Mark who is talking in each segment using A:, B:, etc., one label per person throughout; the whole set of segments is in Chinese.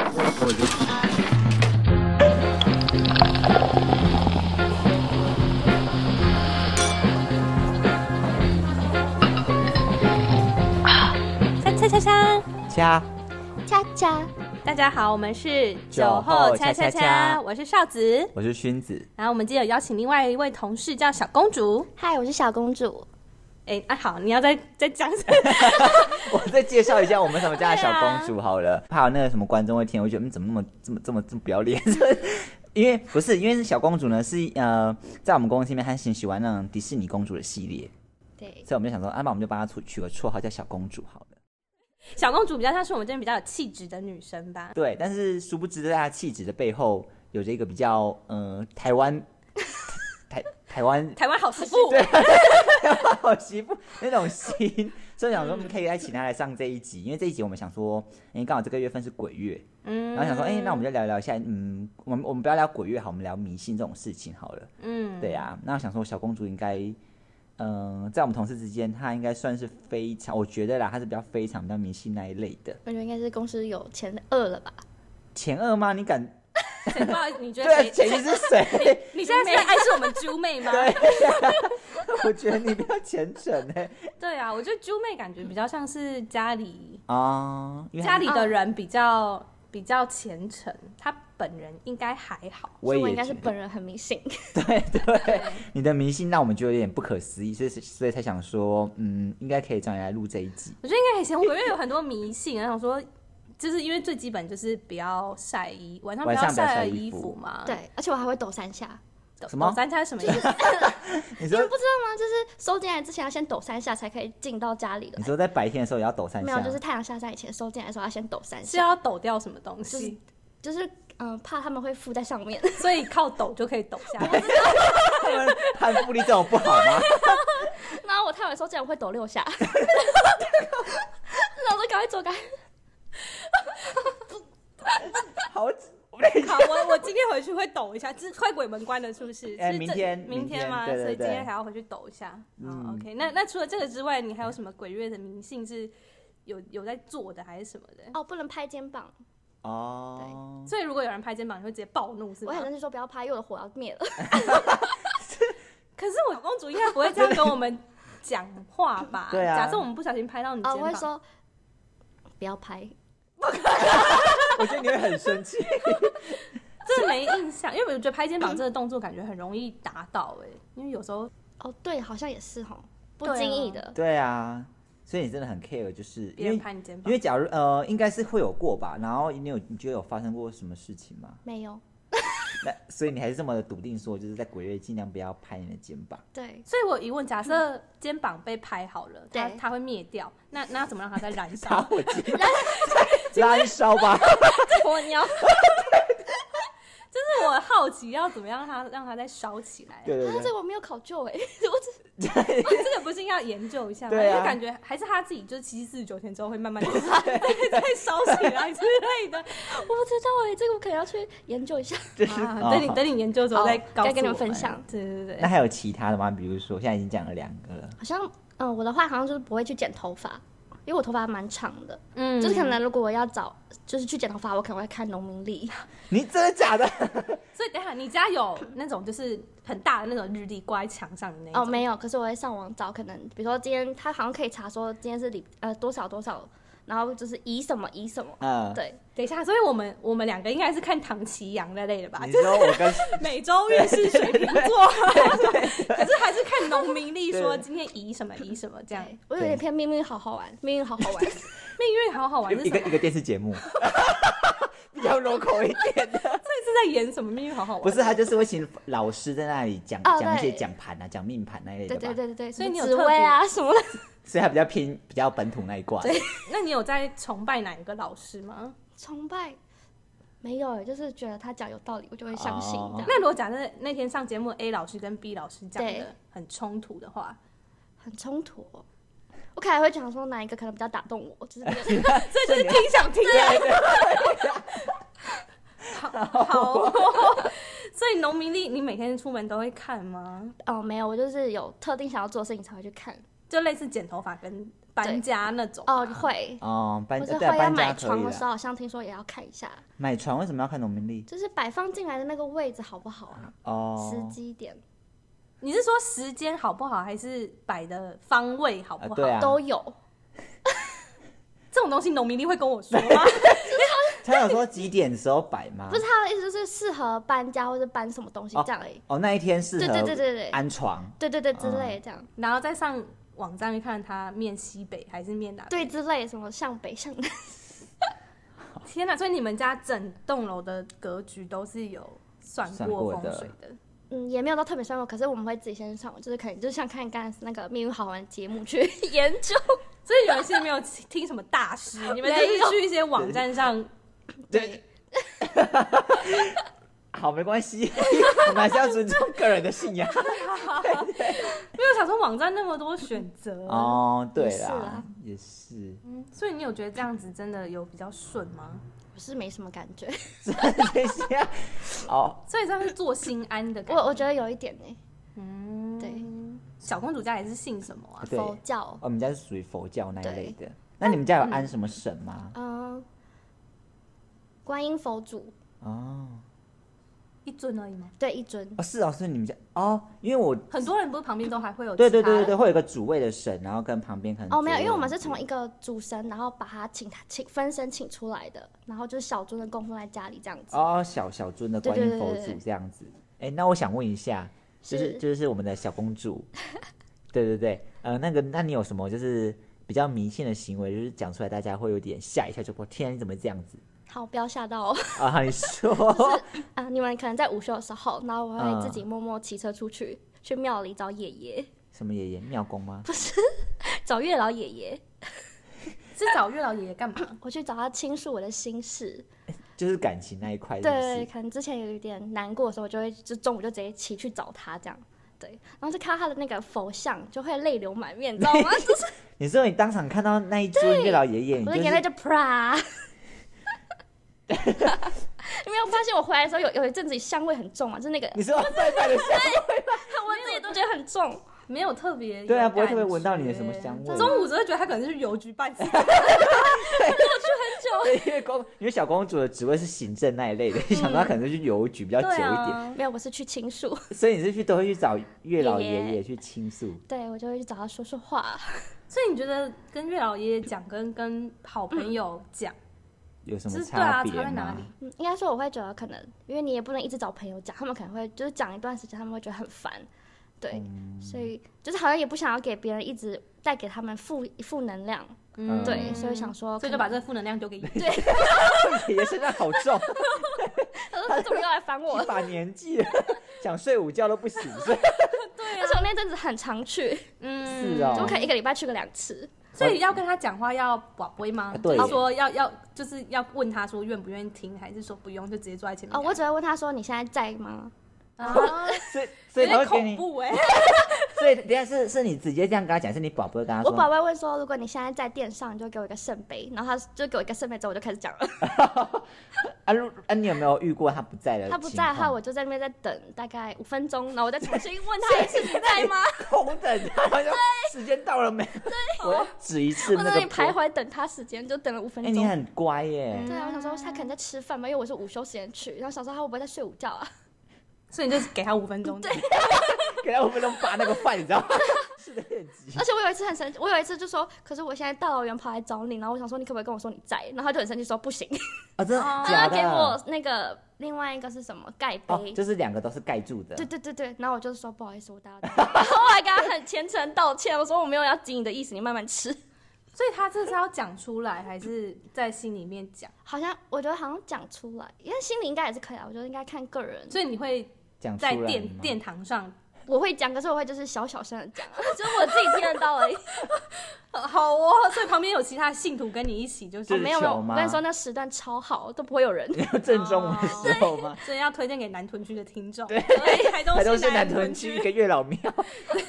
A: 我就
B: 锵锵锵锵！
C: 加
D: 恰恰，
B: 大家好，我们是
C: 酒后
B: 恰
C: 恰恰
B: 恰，
C: 恰
B: 我是少子。
C: 我是勋子，
B: 然后我们今天有邀请另外一位同事叫小公主。
D: 嗨，我是小公主。
B: 哎，啊好，你要再再讲 什么？
C: 我再介绍一下我们什么家的小公主好了，怕有那个什么观众会听，我觉得嗯怎么那么这么这么这么不要脸， 因为不是因为小公主呢是呃在我们公司里面她很喜欢那种迪士尼公主的系列，
D: 对，
C: 所以我们就想说，啊那我们就帮她取取个绰号叫小公主好了。
B: 小公主比较像是我们这边比较有气质的女生吧。
C: 对，但是殊不知在她气质的背后有着一个比较呃台湾 台台湾
B: 台湾好媳妇，
C: 好媳妇那种心，所以想说我们可以再请她来上这一集，因为这一集我们想说，因为刚好这个月份是鬼月，
B: 嗯
C: 然后想说，哎、那我们就聊聊一下，嗯，我们我们不要聊鬼月好，我们聊迷信这种事情好了。
B: 嗯，
C: 对啊，那我想说，小公主应该，嗯、在我们同事之间，她应该算是非常，我觉得啦，她是比较非常比较迷信那一类的。
D: 我觉得应该是公司有钱饿了吧？
C: 前二吗？你敢？
B: 谁不好意思，你觉
C: 对啊
B: 得，谁？
C: 前一是谁？
B: 你现在是在暗示我们猪妹吗？
C: 对 我觉得你比较虔诚哎、
B: 对啊，我觉得猪妹感觉比较像是家里
C: 啊，因为她
B: 家里的人比较比较虔诚，她本人应该还好。
C: 我
D: 所以
C: 也
D: 我应该是
C: 觉得
D: 本人很迷信。
C: 对你的迷信让我们觉得有点不可思议，所以所以才想说，嗯，应该可以找你来录这一集。
B: 我觉得应该以前鬼月有很多迷信，然后想说，就是因为最基本就是不要晒衣，晚上不
C: 晚
B: 要
C: 上不要晒
B: 晒
C: 衣服
B: 服嘛。，
D: 对，而且我还会抖三下，
B: 抖
C: 什么
B: 抖三下是什么意思？
C: 你
D: 你
C: 说
D: 们不知道吗？就是收进来之前要先抖三下才可以进到家里
C: 你
D: 来。
C: 说在白天的时候也要抖三
D: 没
C: 下，啊
D: 有，就是太阳下山以前收进来的时候要先抖三
B: 是
D: 下，
B: 要抖掉什么东西？
D: 就是嗯、呃怕他们会附在上 面。
B: 所以靠抖就可以抖下来。
C: 他们攀附力这种不好吗？
D: 然后我太晚收进来我会 抖六下，然后我就赶快走开。
C: 好，
B: 好， 我我今天回去会抖一下，这快鬼门关了，是不是？
C: 哎
B: 是
C: 明
B: 这
C: 天
B: 明
C: 明天
B: 吗？
C: 对对
B: 所以今
C: 对
B: 天还要回去抖一下。嗯
C: 嗯
B: ，OK 那。那除了这个之外，你还有什么鬼月的迷信是有有在做的，还是什么的？
D: 哦，不能拍肩膀，
C: 哦，
B: 所以如果有人拍肩膀，你会直接暴怒是
D: 我
B: 吗
D: 很？认真说不要拍，因为我的火要灭了。
B: 可是我公主应该不会这样跟我们讲话吧？
C: 对啊
B: 假设我们不小心拍到你
D: 哦，
B: 肩
D: 我会
B: 膀，
D: 说不要拍。
C: 我觉得你会很生气。
B: 真的没印象，因为我觉得拍肩膀这个动作感觉很容易打倒哎、因为有时候
D: 哦，对，好像也是吼，不
B: 对啊
D: 经意 的。
C: 对啊，所以你真的很 care，就是
B: 别
C: 因
B: 人
C: 为
B: 拍你肩
C: 因
B: 膀
C: 为，假如呃，应该是会有过吧。然后你有你觉得有发生过什么事情吗？
D: 没有，
C: 那所以你还是这么的笃定说，就是在鬼月尽量不要拍你的肩 膀。
D: 对，
B: 所以我有疑问，假设肩膀被拍好了，它
D: 对
B: 它会灭掉， 那那要怎么让它再燃
C: 打
B: 烧？
C: 火机， 燃烧吧。
D: 鸵鸟。
B: 就是我好奇要怎么样让它让它再烧起来。啊
C: 对对
D: 但是
C: 对，
D: 啊我没有考究哎， 我 只
B: 这个不是应该要研究一下吗？
C: 对啊
B: 就感觉还是他自己，就是七四十九天之后会慢慢地 再再烧起来之类的。
D: 我不知道哎，这个我可能要去研究一下。
C: 就是
B: 啊，等你
C: 哦
B: 等你研究之后再
D: 好
B: 告诉
D: 再跟你们
B: 我
D: 分享
B: 对对对
C: 那
B: 对，
C: 还有其他的吗？比如说，现在已经讲了两个了。
D: 好像，嗯，我的话好像就是不会去剪头发，因为我头发蛮长的，
B: 嗯
D: 就是可，能如果我要找，就是去剪头发，我可能会看农民历。
C: 你真的假 的？
B: 所以等一下你家有那种就是很大的那种日历挂在墙上的那一种
D: 哦，没有，可是我会上网找，可能比如说今天他好像可以查说今天是礼呃多少多少，然后就是以什么以什么。
C: 嗯，
D: 对，
B: 等一下，所以我们我们两个应该是看唐奇阳那类的吧？
C: 啊
D: 嗯
C: 你
B: 就是
C: 说我 跟
B: 每周运势水瓶座啊，可是还是看农民历说今天宜什么宜什么这样。
D: 对，我有点偏命运好好玩，命运好好玩。
B: 命运好好玩是
C: 一
B: 什么
C: 个？一个电视 节目，比较 local 一点
B: 这
C: 的。
B: 是在演什么？命运好好玩？
C: 不是，他就是会请老师在那里讲
D: 哦
C: 讲一些
D: 对
C: 讲盘啊、讲命盘那一类的
D: 对
C: 吧。
D: 对对对对，
B: 所以
D: 什么
B: 你有
D: 紫
B: 特
D: 薇
B: 别
D: 啊什么的，
C: 所以他比较偏比较本土那一挂。
B: 对那你有在崇拜哪一个老师
D: 嗯
B: 吗？
D: 崇拜没有欸，就是觉得他讲有道理，我就会相信
C: 哦
D: 这样。
B: 那如果假设那天上节目 A 老师跟 B 老师讲
D: 对
B: 的很冲突的话，
D: 很冲突哦、我可能还会讲说哪一个可能比较打动我，就是那个
B: 这就是听想听的。好，好哦所以农民历你每天出门都会看吗？
D: 哦没有，我就是有特定想要做的事情才会去看。
B: 就类似剪头发跟搬家那种。
D: 哦，会。
C: 哦，搬
D: 我是
C: 对
D: 会要
C: 搬
D: 买
C: 家可
D: 床
C: 以啊
D: 的时
C: 了。
D: 候，好像听说也要看一下，
C: 买床为什么要看农民历？
D: 就是摆放进来的那个位置好不好啊，
C: 哦，
D: 时机点
B: 你是说时间好不好，还是摆的方位好不好？
C: 呃对啊
D: 都有。
B: 这种东西农民力会跟我说吗？
C: 他有说几点的时候摆吗？
D: 不是他的意思，就是适合搬家或者搬什么东西
C: 哦
D: 这样而已。
C: 哦，那一天适合哦
D: 对对对对对
C: 安床。
D: 对对对，之类的这样，
B: 然后再上网站去看它面西北还是面南。
D: 对之类的什么向北向南，
B: 天哪！所以你们家整栋楼的格局都是有算
C: 算过
B: 过风
C: 的
B: 水的。
D: 嗯，也没有到特别算过，可是我们会自己先上网，就是可能就像看刚才那个命运好玩的节目去 研究，
B: 所以你们是没有听什么大师，你们就是去一些网站上，
C: 对， 好，没关系， 我们还是要尊重个人的信 仰。
B: 没有想说网站那么多选择。
C: 哦，对
D: 也是
C: 啦
D: 啦，
C: 也是，
B: 嗯所以你有觉得这样子真的有比较顺吗？
D: 我是没什么感觉，
C: 等一下，哦，
B: 所以这样是做心安的
D: 我
B: 感觉。
D: 我觉得有一点呢，
B: 嗯
D: 对。
B: 小公主家也是信什么啊？
C: 对，
D: 佛
C: 哦
D: 教，
C: 我们家是属于佛教那一
D: 对
C: 类的。那你们家有安什么神吗？
D: 嗯，观音佛祖，
C: 哦，
B: 一尊而已吗？
D: 对，一尊，
C: 哦，是哦，所以你们家哦，因为我
B: 很多人不是旁边都还会有
C: 对
B: 其
C: 对
B: 他
C: 对对对，会有一个主位的神，然后跟旁边可能
D: 哦，没有，因为我们
C: 主
D: 是
C: 位
D: 从一个主神，然后把他请他请分身请出来的，然后就是小尊的供奉在家里这样子。
C: 哦小小尊的观
D: 对
C: 音
D: 对对
C: 佛
D: 对
C: 祖
D: 对
C: 这样子。哎，那我想问一下，就是
D: 是
C: 就是我们的小公主， 对对对，呃，那个，那你有什么就是比较迷信的行为，就是讲出来大家会有点吓一跳，就说天啊，你怎么这样子
D: 好，不要吓到哦。
C: 啊？你说，
D: 啊、你们可能在午休的时候，然后我会自
C: 嗯
D: 己默默骑车出去，去庙里找爷爷，
C: 什么爷爷庙公吗？
D: 找月老爷爷，
B: 是找月老爷爷干嘛？
D: 我去找他倾诉我的心事。
C: 就是感情那一块，是不
D: 对，
C: 是？
D: 可能之前有一点难过的时候，我就会就中午就直接骑去找他这样。对，然后就看到他的那个佛像，就会泪流满面，你知道吗？就是
C: 你说你当场看到那一尊月老爷爷，你嗯就
D: 我的眼
C: 是
D: 泪就啪。 你没有发现我回来的时候有有一阵子香味很重啊，就是那个
C: 你说哦拜拜的香味吗？
D: 我自己都觉得很重。
B: 没有特别有
C: 对啊，
B: 感
C: 不会特别闻到你的什么
B: 觉
C: 香味。
B: 中午只会觉得他可能是邮局办事，
C: 对，因为公因为小公主的职位是行政那一类的，
D: 嗯
C: 想到可能就去邮局比较久一
B: 对
C: 点，
B: 啊，
D: 没有，我是去倾诉，
C: 所以你是去都会去找月老
D: 爷
C: 爷
D: 爷
C: 爷去倾诉。
D: 对我就会去找他说说话。
B: 所以你觉得跟月老爷爷讲，跟跟好朋友讲，
C: 有什
B: 就
C: 么
B: 是对啊，
C: 别
B: 差在哪
C: 吗
B: 里？？
D: 嗯，应该说我会觉得可能，因为你也不能一直找朋友讲，他们可能会就是讲一段时间，他们会觉得很烦，对，
C: 嗯
D: 所以就是好像也不想要给别人一直带给他们负负能量，
C: 嗯
D: 对，所以想说
B: 所
D: 可能，
B: 以就把这个负能量丢给你。
D: 对，
C: 爷爷身上好 重，
D: 他说他呃怎么又来 烦我？
B: 啊
C: 一把年纪了，想睡午觉都不行，所 以
D: 而且我那阵子很常去，
B: 嗯
C: 是哦
D: 就可能一个礼拜去个两次，
B: 所以要跟他讲话要宝贝吗
C: 啊？对
B: 就是说要要就是要问他说愿不愿意听，还是说不用就直接坐在前面
D: 哦，
B: 讲？
D: 我只会问他说你现在在吗？
B: 啊
C: 所以所
B: 有
C: 以
B: 点
C: 他会给
B: 恐
C: 你，
B: 怖
D: 欸
B: 哎，
C: 所以等一下是是你直接这样跟他讲，是你宝贝跟他
D: 我
C: 说，
D: 宝贝问说，如果你现在在店上，你就给我一个圣杯，然后他就给我一个圣杯之后，我就开始讲了。
C: 啊，如啊你有没有遇过他不呃在的情
D: 他
C: 况？
D: 不在的 话，我就在那边再等大概五分钟，然后我再重新问他一次你在吗？
C: 空等他，好像时间到了没？我要指一次
D: 我
C: 那
D: 在
C: 个
D: 那里徘
C: 波。
D: 徊等他时间，就等了五分
C: 哎，
D: 钟。
C: 你很乖耶，
D: 对啊，我想说他可能在吃饭吧，因为我是午休时间去，然后想说他会不会在睡午觉 啊？
B: 所以你就给他五分钟。对，
C: 给他五分钟扒那个饭，你知道吗？ 是的，有点急
D: 而。且我有一次很生气，我有一次就说，可是我现在大老远跑来找你，然后我想说你可不可以跟我说你在，然后他就很生气说不行，
C: 啊，真的
B: 哦
D: 他
C: 假
D: 要
C: 的？
D: 给我那个另外一个是什么盖杯。
C: 哦，就是两个都是盖住的。
D: 对对对对，然后我就说不好意思，我打扰到你，然 后我还跟他很虔诚道歉，我说我没有要挤你的意思，你慢慢吃。
B: 所以他这是要讲出来，还是在心里面讲？
D: 好像我觉得好像讲出来，因为心里应该也是可以啊，我觉得应该看个人。
B: 所以你会
C: 讲出
B: 在
C: 来了
B: 殿
C: 吗
B: 殿堂上，
D: 我会讲，可是我会就是小小声的讲，啊 就是我自己听得到 而已。
B: 呃好哦。所以旁边有其他信徒跟你一起，就
C: 就是
D: 哦没有没有，
C: 球吗
D: 我跟你说那时段超好，都不会有 人。
C: 正中午的时 候吗？
B: 所以要推荐给南屯区的听众，对，台
C: 台
B: 东
C: 东
B: 是
C: 是
B: 南
C: 南
B: 屯
C: 屯
B: 区
C: 区一个月老庙，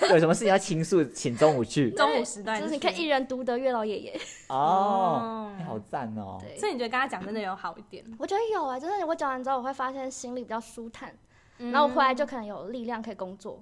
C: 有什么事情要倾诉，请中午去。
B: 中午时段，
D: 就是你可以一人独得月老爷爷。
C: 哦
B: 哦，
C: 哎好赞哦！
D: 对
B: 所以你觉得跟他讲真的有好一点？
D: 我觉得有啊、就是我讲完之后，我会发现心里比较舒坦，嗯 然后我回来就可能有力量可以工作。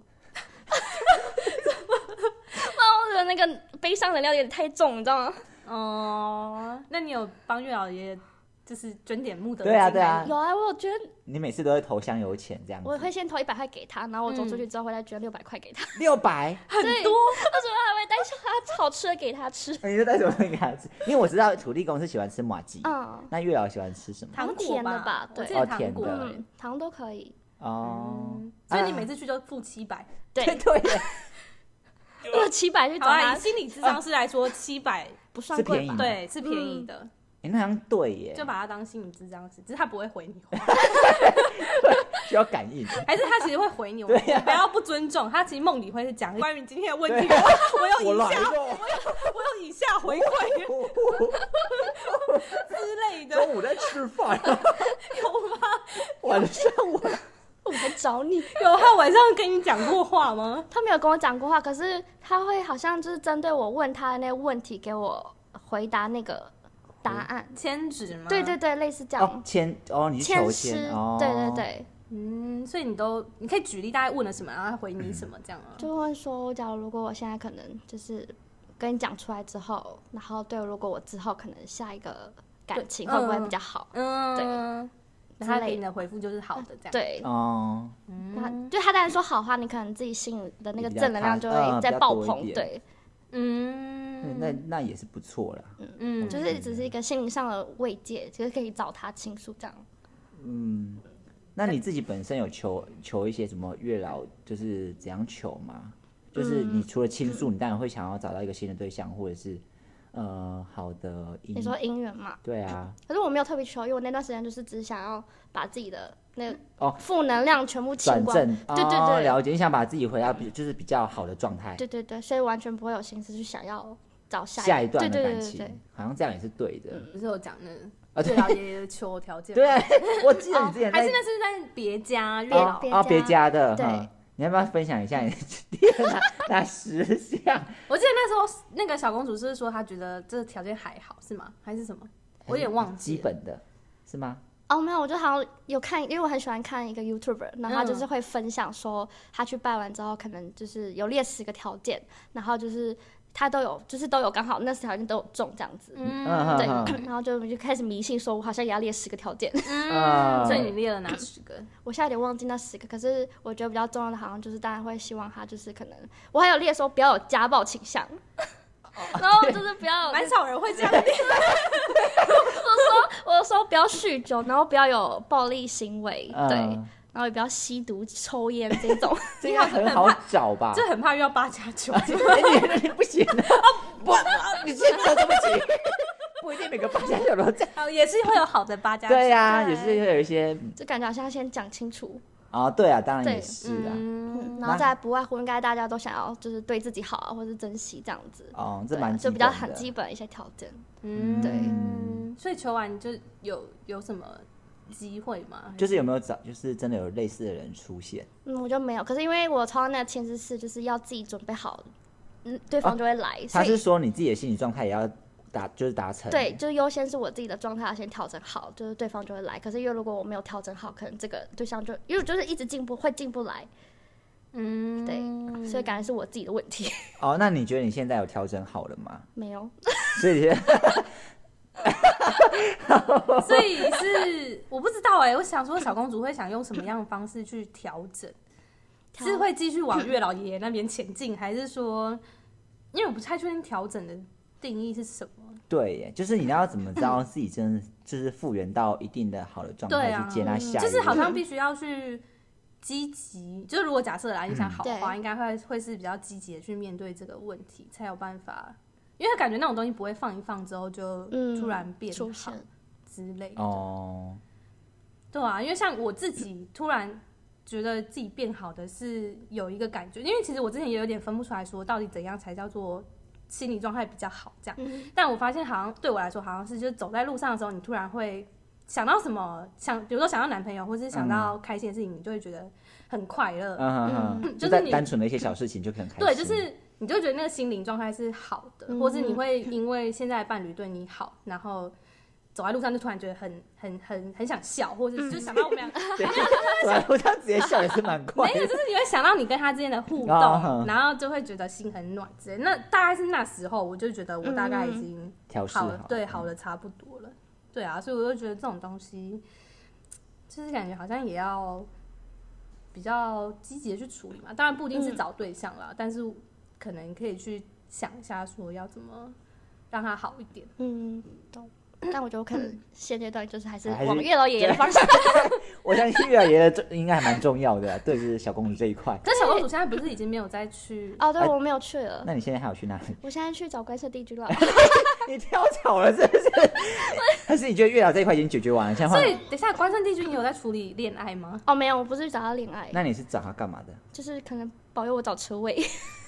D: 然后我觉得那个悲伤能量有点太重，你知道吗？
B: 哦，那你有帮月老爷就是捐点木的？
C: 对啊对啊
D: 有啊，我有捐，
C: 你每次都会投香油钱这样子，
D: 我会先投一百块给他，然后我走出去之后会再捐六百块给 他，
C: 六百。
B: 很
D: 对
B: 多。
D: 为什么还会带他好吃的给他吃？
C: 你是带什么给他吃？因为我知道土地公是喜欢吃马吉，
D: 嗯
C: 那月老喜欢吃什么？
B: 糖
D: 好像
B: 果
D: 甜的吧
B: 我
D: 对
B: 记得糖
C: 哦
B: 果。
C: 甜的
D: 嗯，糖都可以。
C: 哦，
B: 所以你每次去就付七百。啊
D: 对，
C: 对耶，
D: 我七百去找
B: 好啊，
D: 他
B: 以，心理智商师来 说，七百
D: 不算
C: 是
D: 贵
C: 便宜
D: 吧？
B: 对是便宜的，
C: 你那好像对耶，
B: 就把它当心理智商师，只是他不会回你 话，
C: 需要感应。
B: 还是他其实会回你，我
C: 对啊
B: 们不要不尊重他。其实梦里会讲关于今天的问 题，我我
C: 我
B: 有以
C: 来
B: 下，
C: 过，
B: 我有以下回 馈之类的，
C: 中午在吃饭，
B: 有吗？
C: 晚上我
D: 我来找你。
B: 有他晚上跟你讲过话吗？
D: 他没有跟我讲过话，可是他会好像就是针对我问他的那个问题给我回答那个答案。
B: 签纸吗？
D: 对对，对，类似这
C: 嗯哦
D: 样。
C: 签哦，你是
D: 签
C: 求
D: 诗
C: 签哦，，
D: 对对。对，
B: 嗯，所以你都你可以举例，大概问了什么，然后他回你什么这样啊？
D: 就问说，假如如果我现在可能就是跟你讲出来之后，然后对，如果我之后可能下一个感情
B: 对
D: 会不会
B: 嗯
D: 比较好？
B: 嗯，然后他
D: 之类的
B: 给你的回复就是好的这样。，
D: 对，
C: 哦，
B: 嗯
D: 那就他当然说好话，你可能自己心里的那个
C: 比较
D: 正能量就
C: 看嗯
D: 会在
C: 比较
D: 爆
C: 多一
D: 棚。
C: 点
D: 对，
B: 嗯，
C: 那那也是不错啦。
B: 嗯，就
D: 就是是只是一个心灵上的慰藉，就是可以找他倾诉这样。
C: 嗯，那你自己本身有求求一些什么月老，就是怎样求吗？就是
D: 嗯
C: 你除了倾诉，你当然会想要找到一个新的对象，或者是呃好的姻
D: 你说姻缘嘛，
C: 对啊，
D: 可是我没有特别求，因为我那段时间就是只想要把自己的那个
C: 哦
D: 负能量全部清
C: 转
D: 光，
C: 正，
D: 对对
C: 哦
D: 对
C: 了解。你想把自己回到比就是比较好的状态，
D: 对对对，所以完全不会有心思去想要找下
C: 下一段的
D: 对对
C: 感
D: 对
C: 情
D: 对嗯对，
C: 好像这样也是对的。
B: 不是有讲那个
C: 啊
B: 月老爷爷的求偶条件吗，
C: 对啊， 我记得你
D: 哦
C: 之前
B: 还
C: 在
B: 是那是在别家月
C: 哦
B: 老
D: 别。
C: 哦别家的，
D: 对
C: 嗯你要不要分享一下 你天哪那十项？
B: 我记得那时候那个小公主是不是说她觉得这个条件还好是吗？还是什么？我有点忘记
C: 基
B: 了。
C: 本的，是吗？
D: 哦，没有，我就好像有看，因为我很喜欢看一个 YouTuber，然后他就是会分享说他去拜完之后，可能就是有列十个条件，然后就是他都有，就是都有刚好那十条件都有中这样子，
C: 嗯
B: 嗯，
D: 对，
C: 嗯
D: 然后就就开始迷信，说我好像也要列十个条件，
C: 嗯
B: 所以你列了哪十个？
D: 我现在有点忘记那十个，可是我觉得比较重要的，好像就是当然会希望他就是可能，我还有列说不要有家暴倾向，然后就是不要有那
B: 蛮少人会这样列。
D: 我说不要酗酒，然后不要有暴力行为，
C: 嗯
D: 对，然后也不要吸毒、抽烟这种，
C: 这应该很好找吧？
B: 就很怕遇到八加九，
C: 你你不行啊！不，你这个对不起，不一定每个八家小楼在。
B: 哦也是会有好的八加九。
C: 对呀、
D: 对
C: 也是会有一些
D: 就感觉好像要先讲清楚，
C: 啊、哦，对啊，当然
D: 对
C: 也是啊。
B: 嗯，
D: 然后再来不外乎应该大家都想要就是对自己好啊，或是珍惜这样子，
C: 哦，这
D: 对啊
C: 蛮
D: 就比较
C: 基本
D: 很
C: 的
D: 基本的一些条件。
B: 嗯，
D: 对
B: 嗯。所以求完就有有什么机会吗？
C: 就是有没有找，就是真的有类似的人出现，
D: 嗯，我就没有，可是因为我抽到那个签字是就是要自己准备好，嗯，对方就会来，所
C: 他
D: 以
C: 是说你自己的心理状态也要达，就是达成。
D: 对，，就优先是我自己的状态要先调整好，就是对方就会来。可是因为如果我没有调整好，可能这个对象就因为我就是一直进步，会进不来，
B: 嗯，
D: 对，所以感觉是我自己的问题，
C: 哦，那你觉得你现在有调整好了吗？
D: 没有。
C: 所以
B: 所以是我不知道哎、我想说小公主会想用什么样的方式去调 整，
D: 调
B: 是会继续往月老爷爷那边前进，还是说，因为我不太确定调整的定义是什么。
C: 对耶，就是你要怎么知道自己真的就是复原到一定的好的状
B: 对
C: 态
B: 啊
C: 去接纳下一
B: 就
C: 个，
B: 是好像必须要去积极，就是如果假设啦，你
C: 嗯
B: 想好的话，
D: 对
B: 应该会会是比较积极的去面对这个问题，才有办法。因为感觉那种东西不会放一放之后就
D: 嗯
B: 突然变
D: 出
B: 好
D: 现
B: 之类的。
C: 哦，
B: 对啊，因为像我自己突然觉得自己变好的是有一个感觉，因为其实我之前也有点分不出来说到底怎样才叫做心理状态比较好这样，但我发现好像对我来说好像是就是走在路上的时候，你突然会。想到什么想，比如说想到男朋友，或是想到开心的事情，你就会觉得很快乐。
C: 嗯哼哼，
B: 就是
C: 在
B: 你
C: 单纯的一些小事情就可能开心，
B: 对， 就是你就觉得那个心灵状态是好的，或是你会因为现在的伴侣对你好，然后走在路上就突然觉得很很很很想笑，或者是就想到我们俩，
C: 然后他直接笑也是蛮快
B: 没有，
C: 的。
B: 就是你会想到你跟他之间的互
C: 啊
B: 动，然后就会觉得心很暖之类。那大概是那时候，我就觉得我大概已经
C: 调试
B: 好了，
C: 好
B: 对，好了差不多了。对啊，所以我就觉得这种东西，就是感觉好像也要比较积极的去处理嘛。当然不一定是找对象啦，但是可能可以去想一下，说要怎么让他好一点。
D: 嗯，懂。但我觉得我可能现阶段就是还是
C: 还是
D: 往月老爷爷的方向。？
C: 我相信月老爷的重应该还蛮重要的啊，对，就是小公主这一块。
B: 可是小公主现在不是已经没有再去
D: 哦，对，
C: 哎
D: 我没有去了，
C: 那你现在还有去哪里？
D: 我现在去找关社帝君了。
C: 你跳槽了是不 是？但是你觉得月老这一块已经解决完了，现在
B: 所以
C: 换？
B: 等一下，关圣帝君你有在处理恋爱吗？
D: 哦，没有，我不是找他恋爱，
C: 那你是找他干嘛的？
D: 就是可能保佑我找 车位。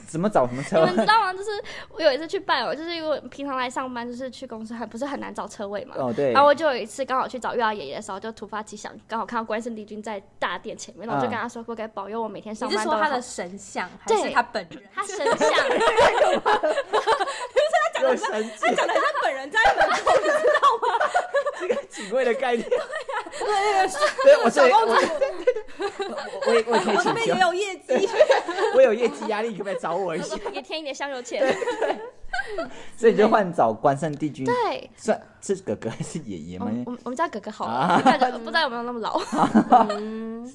C: 怎么找什么
D: 你
C: 车
D: 们？知道吗？就是我有一次去拜访，就是因为平常来上班，就是去公司很不是很难找车位嘛。
C: 哦，对
B: 啊
D: 然，后我就有一次刚好去找月老爷爷的时候，就突发奇想，刚好看到关圣帝君在大殿前面，然后我就
C: 嗯
D: 跟他说：“我该保佑我每天上
B: 你是
D: 班都
B: 说
D: 有
B: 他的
D: 好
B: 神像还
D: 对
B: 是他本人？
D: 他 神像。”
C: 又神奇，
B: 讲的像本人在门口，
C: 这个警卫的概 念。
B: 对
C: 对，我所以
B: 小
C: 我
B: 公主
C: 我 也我也可 以
B: 我这
C: 请
B: 边
C: 求
B: 也，有业绩。
C: 我有业绩压力，可不可以找我一 下？
D: 也添一点香油钱。
C: 所以你就换找关圣帝君，
D: 对，嗯
C: 算是哥哥还是爷爷
D: 我
C: 吗？
D: 们我们我们家哥哥好
C: 啊
D: 了，不知道不知道有没有那 么老。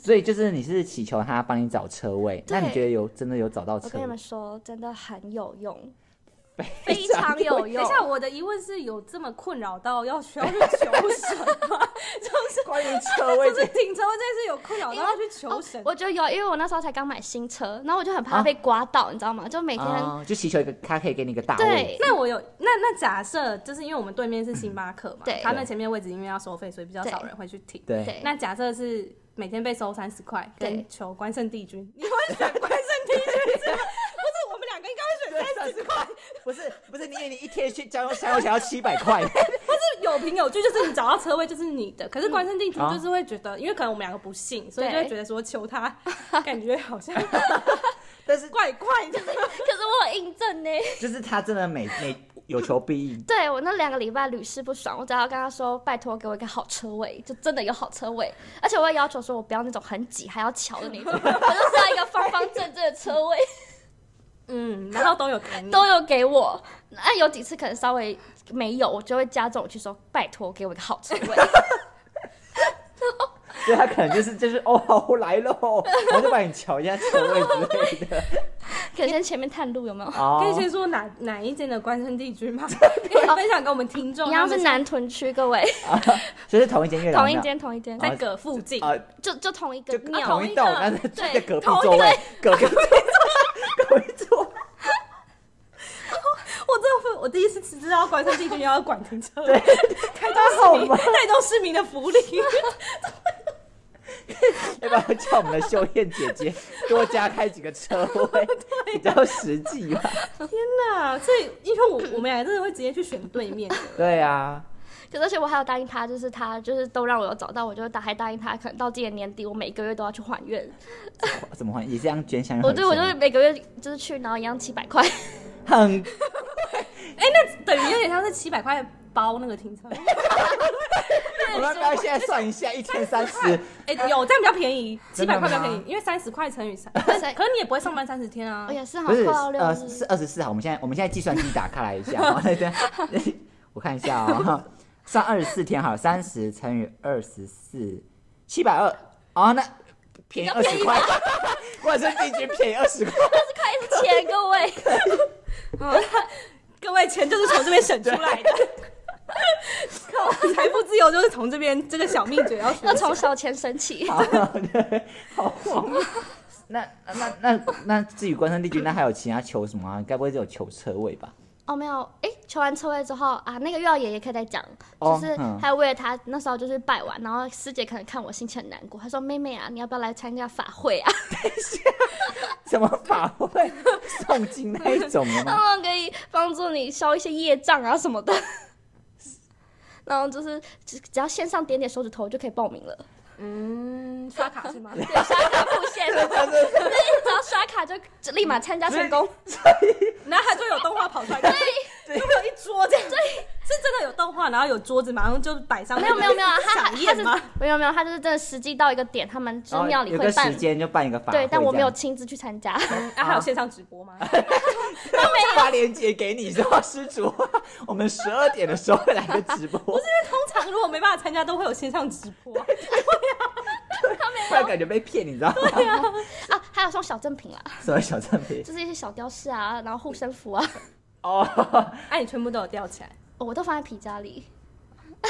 C: 所以就是你是祈求他帮你找车位，那
D: 对
C: 你觉得有真的有找到
D: 我
C: 车
D: 跟你
C: 位？
D: 们说，真的很有用，
C: 非
D: 非
C: 常
D: 常有
B: 等
D: 用
B: 一。下，我的疑问是有这么困扰到要需要去求神 吗？就是
C: 关于 车位
B: 就
C: 这
B: 是停车位这件事有困扰到要去求
D: 哦
B: 神。
D: 我觉得有，因为我那时候才刚买新车，然后我就很
C: 啊
D: 怕被刮到，你知道吗？就每天
C: 啊，就祈求一个他可以给你一个大位
D: 对，
B: 那我有那那假设，就是因为我们对面是星巴克嘛，
D: 对
B: 它那前面位置因为要收费，所以比较少人会去停。
C: 对
D: 对
B: 那假设是每天被收三十块，跟
D: 对
B: 求关圣帝君，你会选关圣帝君 是吗？不是，我们两个应该会选三十块。
C: 不是不是，你以为你一天去加油加油想要七百 块，
B: 有凭有据，就是你找到车位就是你的。可是关圣帝君
C: 啊
B: 就是会觉得，因为可能我们两个不信，所以就
D: 对
B: 会觉得说求他，感觉好 像
C: 但是
B: 怪怪的。
D: 可是我有印证呢。
C: 就是他真的每每有求必应。
D: 对我那两个礼拜屡试不爽，我只要跟他说拜托给我一个好车位，就真的有好车位，而且我也要求说我不要那种很挤还要桥的 那种，我就是要一个方方正正的车 位。
B: 嗯，然后都有给你。
D: 都有给我。那有几次可能稍微没有，我就会加重去说，拜托给我一个好车 位。
C: 所以他可能就是就是哦，好我来喽，然后就帮你瞧一下车位之类的。
D: 可能先前面探路有没有？
C: 哦
B: 可以先说哪哪一间的关圣帝 君吗？可以分享给我们听众。
D: 一
B: 他
D: 样
B: 们
D: 哦是南屯区，各位，
C: 所以是同一间月亮
D: 同
C: 庙，
D: 一间，同一间，
B: 在葛附近，
C: 啊，
D: 就就同一个
C: 就啊
D: 庙。
C: 同一
B: 一
C: 栋，
B: 个
C: 但是就在
D: 对
C: 隔壁
B: 同一
C: 座 位，隔壁座，隔壁座。
B: 我真的会，我第一次知道关圣帝君要管停车，
C: 对
B: 开动市 民，带动市民的福利。
C: 要不要叫我们的修炼姐姐多加开几个车 位，比较实际吧？
B: 天哪！所以因为我我们俩真的会直接去选对 面的，
C: 对啊，
D: 可是而且我还有答应他，就是他就是都让我有找到，我就答还答应他，可能到今年年底我每个月都要去还愿。
C: 怎么换也这样捐香？
D: 我对我就是每个月就是去，然后一样七百块。
C: 很
B: 哎，那等于有点像是七百块包那个停车。
C: 我们要不要现在算一下，一天三十，
B: 哎、有这样比较便宜，七
C: 真的
B: 百
C: 吗
B: 块比较便宜，因为三十块乘以三，可是可是你也不会上班三十天啊
D: 哦 我。也是，好
C: 不是
D: 快要六
C: 呃
D: 日
C: 是二十四号。我们现在我们现在计算机打开来一下，好 对对，我看一下哦，算二十四天好了，三十乘以二十四，七百二哦，那便宜二十块， 万圣帝君便宜二 十块。
D: 快一千，哎各 位。
B: 各位，钱就是从这边省出来的。 财富自由就是从这边这个小秘诀要学
D: 要从小钱省起，
C: 好，对，好荒谬。那那那那至于关山帝君，那还有其他球什么啊？该不会只有球车位吧？
D: 哦，没有，哎、求完车位之后啊，那个月老爷爷可以再讲，
C: 哦
D: 就是
C: 嗯
D: 还有为了他那时候就是拜完，然后师姐可能看我心情很难过，她说：“妹妹啊，你要不要来参加法会啊？
C: 什么法会诵经那一种的 吗？
D: 他们可以帮助你消一些业障啊什么的。” 然后就是只只要线上点点手指头就可以报名了，
B: 嗯，刷卡是吗？
D: 对，刷卡付现，只要刷卡就就立马参加成功。
B: 然后它就有动画跑出来，对，就会有一桌这样，对，是真的有动画，然后有桌子，马上就摆上。
D: 没有没有没有，啊他
B: 想
D: 他他
B: 宴吗
D: 是？没有没有，他就是真的实际到一个点，他们就是
C: 然后
D: 庙里
C: 哦有
D: 会
C: 个
D: 办
C: 时，间就办一个法会这样，
D: 对，但我没有亲自去参加。
B: 啊，还有线上直播吗？
C: 没 发链接给你，知道施主，我们十二点的时候会来个直播，
B: 通常如果没办法参加，都会有线上直播。
C: 突然感觉被骗，你知道吗？
D: 啊，还有送小赠品啦，
C: 所以小赠 品
D: 就是一些小雕饰啊，然后护身符啊，
C: 哦，
B: 哎，你全部都有吊起来，
D: 哦我都放在皮夹里。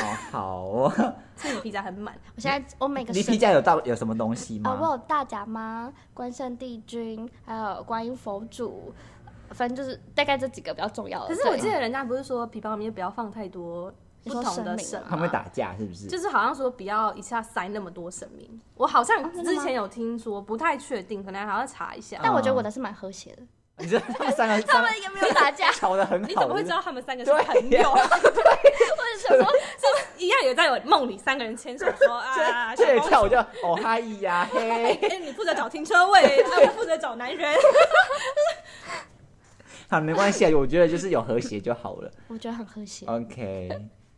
C: 好好哦。
B: 所以你皮夹很满。
D: 我现在我每个
C: 你
D: 神
C: 皮夹有到有什么东西
D: 啊、我
C: 吗？
D: 有大甲妈、关圣帝君，还有观音佛祖，反正就是大概这几个比较重要的。
B: 可是我
D: 哦对
B: 记得人家不是说皮包里面不要放太多不同的神
D: 你说神明吗啊
C: 他们会打架是不是？
B: 就是好像说不要一下塞那么多神明。我好
D: 哦
B: 像
D: 真的
B: 之
D: 吗
B: 前有听说，不太确定，可能还要查一下。
D: 但我觉得我的是蛮和谐的，
C: 你知道他们三个他们
D: 也没有打架，
C: 吵得很好，
B: 你怎么会知道他们三个是
C: 对
B: 朋友？
D: 或者是说
B: 一样也在我梦里，三个人牵手说啊，
C: 这这一
B: 小
C: 跳
B: 公
C: 我就哦嗨呀嘿，
B: 主哎你负责找停车位，啊我负责找男
D: 哦
B: 人。
C: 好没关系啊，我觉得就是有和谐就好了。
D: 我觉得很和谐。
C: OK，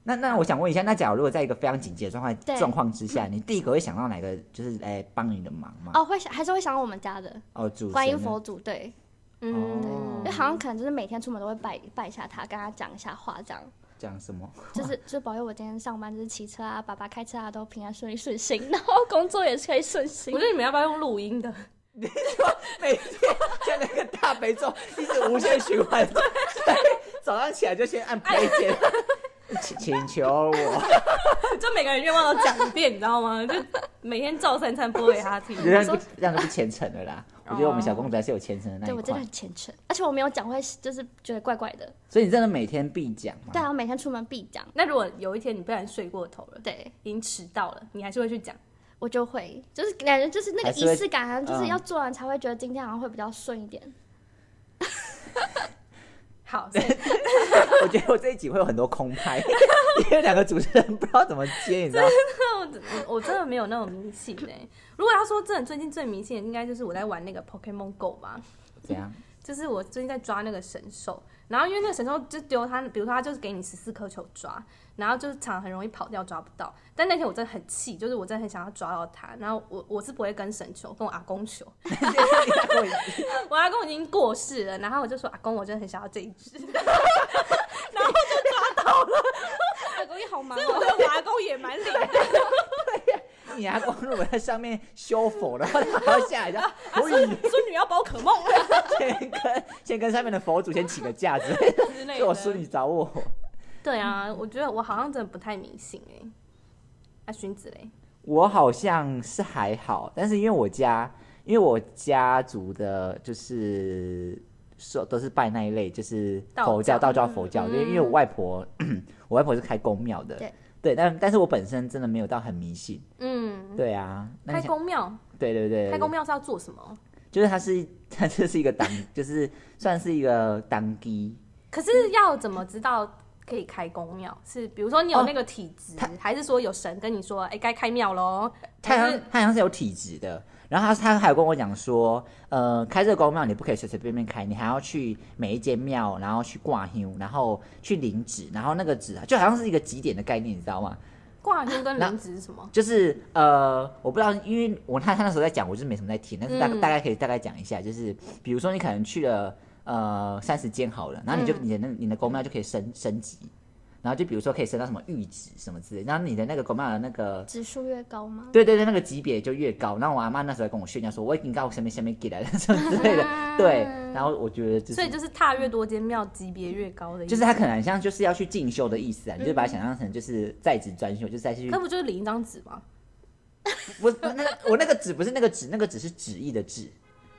C: 那那我想问一下，那假如如果在一个非常紧急的状
D: 对
C: 况状况之下，你第一个会想到哪个就是来帮你的忙吗？
D: 哦，会想还是会想我们家的
C: 哦，主
D: 观音
C: 神呢
D: 佛祖，对，
B: 嗯
C: 哦
D: 因为好像可能就是每天出门都会拜拜一下他，跟他讲一下话，这样
C: 讲什么？
D: 就是就保佑我今天上班就是骑车啊，爸爸开车啊都平安顺利顺心，然后工作也是可以顺心
B: 我。觉得你们要不要用录音的？
C: 每天在那个大悲咒一直无限循环，对，早上起来就先按 play 键，请请求我，
B: 就每个人愿望都讲一遍，你知道吗？就每天照三餐播给他 听。
C: 这样就这样就不虔诚了啦。我觉得我们小公主还是有虔诚的那
D: 对我
C: 一
D: 真
C: 块
D: 的很，虔诚，而且我没有讲会就是觉得怪怪的。
C: 所以你真的每天必讲嘛
D: 对？啊，我每天出门必讲。
B: 那如果有一天你不小心睡过头了，
D: 对，
B: 已经迟到了，你还是会去讲。
D: 我就会，就是感觉就是那个
C: 还是
D: 仪
C: 会
D: 式感，好像就是
C: 嗯
D: 要做完才会觉得今天好像会比较顺一点。
B: 好，所以
C: 我觉得我这一集会有很多空拍，因为两个主持人不知道怎么接，你知道吗？
B: 我我真的没有那种迷信哎、如果要说真的最近最迷信的，应该就是我在玩那个 Pokemon Go 吧，
C: 怎样？
B: 就是我最近在抓那个神兽，然后因为那个神兽就丢它，比如说它就是给你十四颗球抓，然后就是常常很容易跑掉抓不到。但那天我真的很气，就是我真的很想要抓到它，然后我我是不会跟神球，跟我阿公求，我阿公已经过世了，然后我就说阿公，我真的很想要这一只，然后就抓到了，
D: 老公也好忙
B: 所以我
D: 哦，
B: 对我阿公也蛮脸的。
C: 你阿公如果在上面修佛的话，他还要下来，然后
B: 啊，
C: 我
B: 孙
C: 以
B: 孙女要宝可梦
C: 先跟先跟上面的佛祖先起个架子，
B: 之类
C: 就我孙
B: 的。
C: 女找我。
B: 对啊，我觉得我好像真的不太迷信哎、啊，荀子嘞，
C: 我好像是还好，但是因为我家，因为我家族的，就是说都是拜那一类，就是
B: 道
C: 佛教、
B: 教嗯
C: 道教、佛教，因为、因为我外婆，我外婆是开公庙的，
D: 对
C: 但但是我本身真的没有到很迷信，
B: 嗯，
C: 对啊，那
B: 开
C: 你想，
B: 公庙，
C: 对对对，
B: 开公庙是要做什么？
C: 就是它是它就是一 个当，就是算是一个当机，
B: 可是要怎么知道可以开公庙？是比如说你有那个体质，还是说有神跟你说，哎、该开庙喽？还
C: 他好像
B: 是
C: 他好像是有体质的。然后他他还有跟我讲说，呃，开这个公庙你不可以随随便便开，你还要去每一间庙，然后去挂香，然后去领纸，然后那个纸就好像是一个几点的概念，你知道吗？
B: 挂钟跟
C: 那
B: 灵子是什么？
C: 就是呃，我不知道，因为我他他那时候在讲，我就是没什么在听，但是大、
B: 嗯
C: 大概可以大概讲一下，就是比如说你可能去了呃三十间好了，然
B: 嗯
C: 后你就、你的那你的公庙就可以升升级，然后就比如说可以升到什么玉旨什么之类，然后你的那个公庙的那个
D: 指数越高吗？
C: 对对对，那个级别就越高。然后我阿妈那时候还跟我炫耀说，我已经告诉下面下面给了 什么之类的，
B: 啊
C: 对。然后我觉得就是，
B: 所以就是踏越多间庙，级别越高的意思。
C: 就是他可能像就是要去进修的意思啊，你就把它想象成就是在职专修，就是再去
B: 那不就是领一张纸吗？
C: 不不那个我那个纸不是那个纸，那个纸是旨意的纸，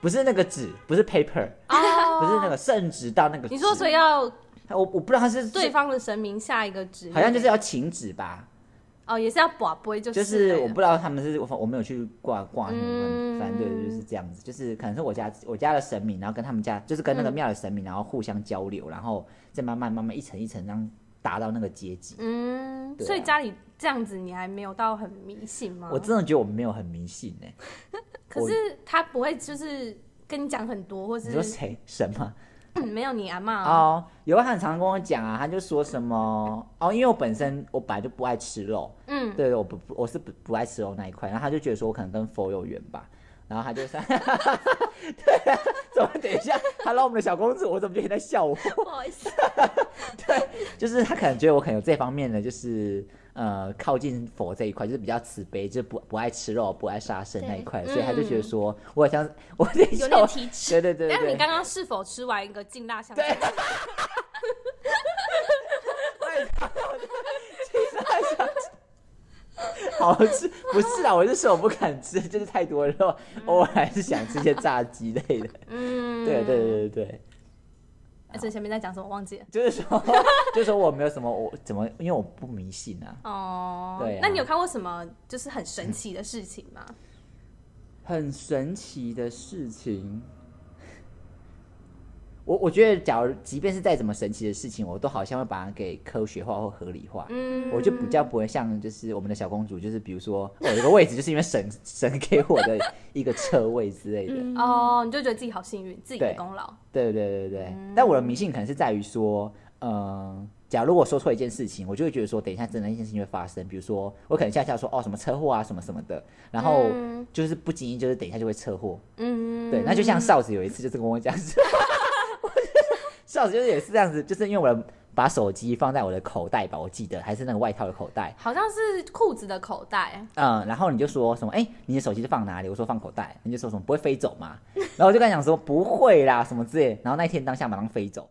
C: 不是那个纸，不是 paper，、不是那个圣旨到那个
B: 哦你说，
C: 纸
B: 所以要
C: 我我不知道他是
B: 对，方的神明下一个指令，
C: 好像就是要请旨吧。
B: 哦，也是要把杯，就
C: 就是
B: 了
C: 我不知道他们是我我没有去挂挂那
B: 嗯
C: 个，反正对就是这样子，就是可能是我家我家的神明，然后跟他们家就是跟那
B: 嗯
C: 个庙的神明，然后互相交流，然后再慢慢慢慢一层一层这样达到那个阶级。
B: 嗯，
C: 对啊
B: 所以家里这样子，你还没有到很迷信吗？
C: 我真的觉得我们没有很迷信呢、
B: 可是他不会就是跟你讲很多，或
C: 你说
B: 是
C: 谁神吗？
B: 没有你阿妈
D: 啊
B: 哦，
C: 哦，有他很常跟我讲啊，他就说什么哦，因为我本身我本来就不爱吃肉，
B: 嗯，
C: 对，我不我是不不爱吃肉那一块，然后他就觉得说我可能跟佛有缘吧，然后他就说， 对、啊，怎么等一下他拉我们的小公主，我怎么觉得你在笑我？
D: 不好 意思，
C: 就是他可能觉得我可能有这方面的，就是呃靠近佛这一块，就是比较慈悲，就是不不爱吃肉、不爱杀生那一块，
B: 对
C: 所以他就觉得说、我好像我等一
D: 嗯有
C: 下
D: 点
C: 我
D: 体 质。
C: 对对对对
B: 但是你
C: 对，
B: 刚刚是否吃完一个劲辣香
C: 对啊
B: 肠？
C: 好吃不是啊，我是说我不敢吃，就是太多肉，偶尔还是想吃一些炸鸡类的。
B: 嗯，
C: 对对对对对，
B: 而且前面在讲什么忘记了。
C: 就是说就是说我没有什么我怎么，因为我不迷信啊，
B: 哦，
C: 对啊
B: 那你有看过什么就是很神奇的事情吗？
C: 很神奇的事情。我我觉得，假如即便是再怎么神奇的事情，我都好像会把它给科学化或合理化。
B: 嗯，
C: 我就比较不会像就是我们的小公主，就是比如说我有个位置，就是因为神 神给我的一个车位之类的。
B: 哦，你就觉得自己好幸运，自己的功劳。
C: 对对对对对。但我的迷信可能是在于说，嗯，假如我说错一件事情，我就会觉得说，等一下真的一件事情会发生。比如说，我可能下下说哦什么车祸啊什么什么的，然后就是不经意就是等一下就会车祸。
B: 嗯，
C: 对，那就像哨子有一次就是跟我讲，是我觉得哨子就是也是这样子，就是因为我的把手机放在我的口袋吧，我记得还是那个外套的口袋。
B: 好像是裤子的口袋。
C: 嗯，然后你就说什么？哎、你的手机是放哪里？我说放口袋。你就说什么不会飞走吗？然后我就跟他讲说不会啦，什么之类的。然后那一天当下马上飞走，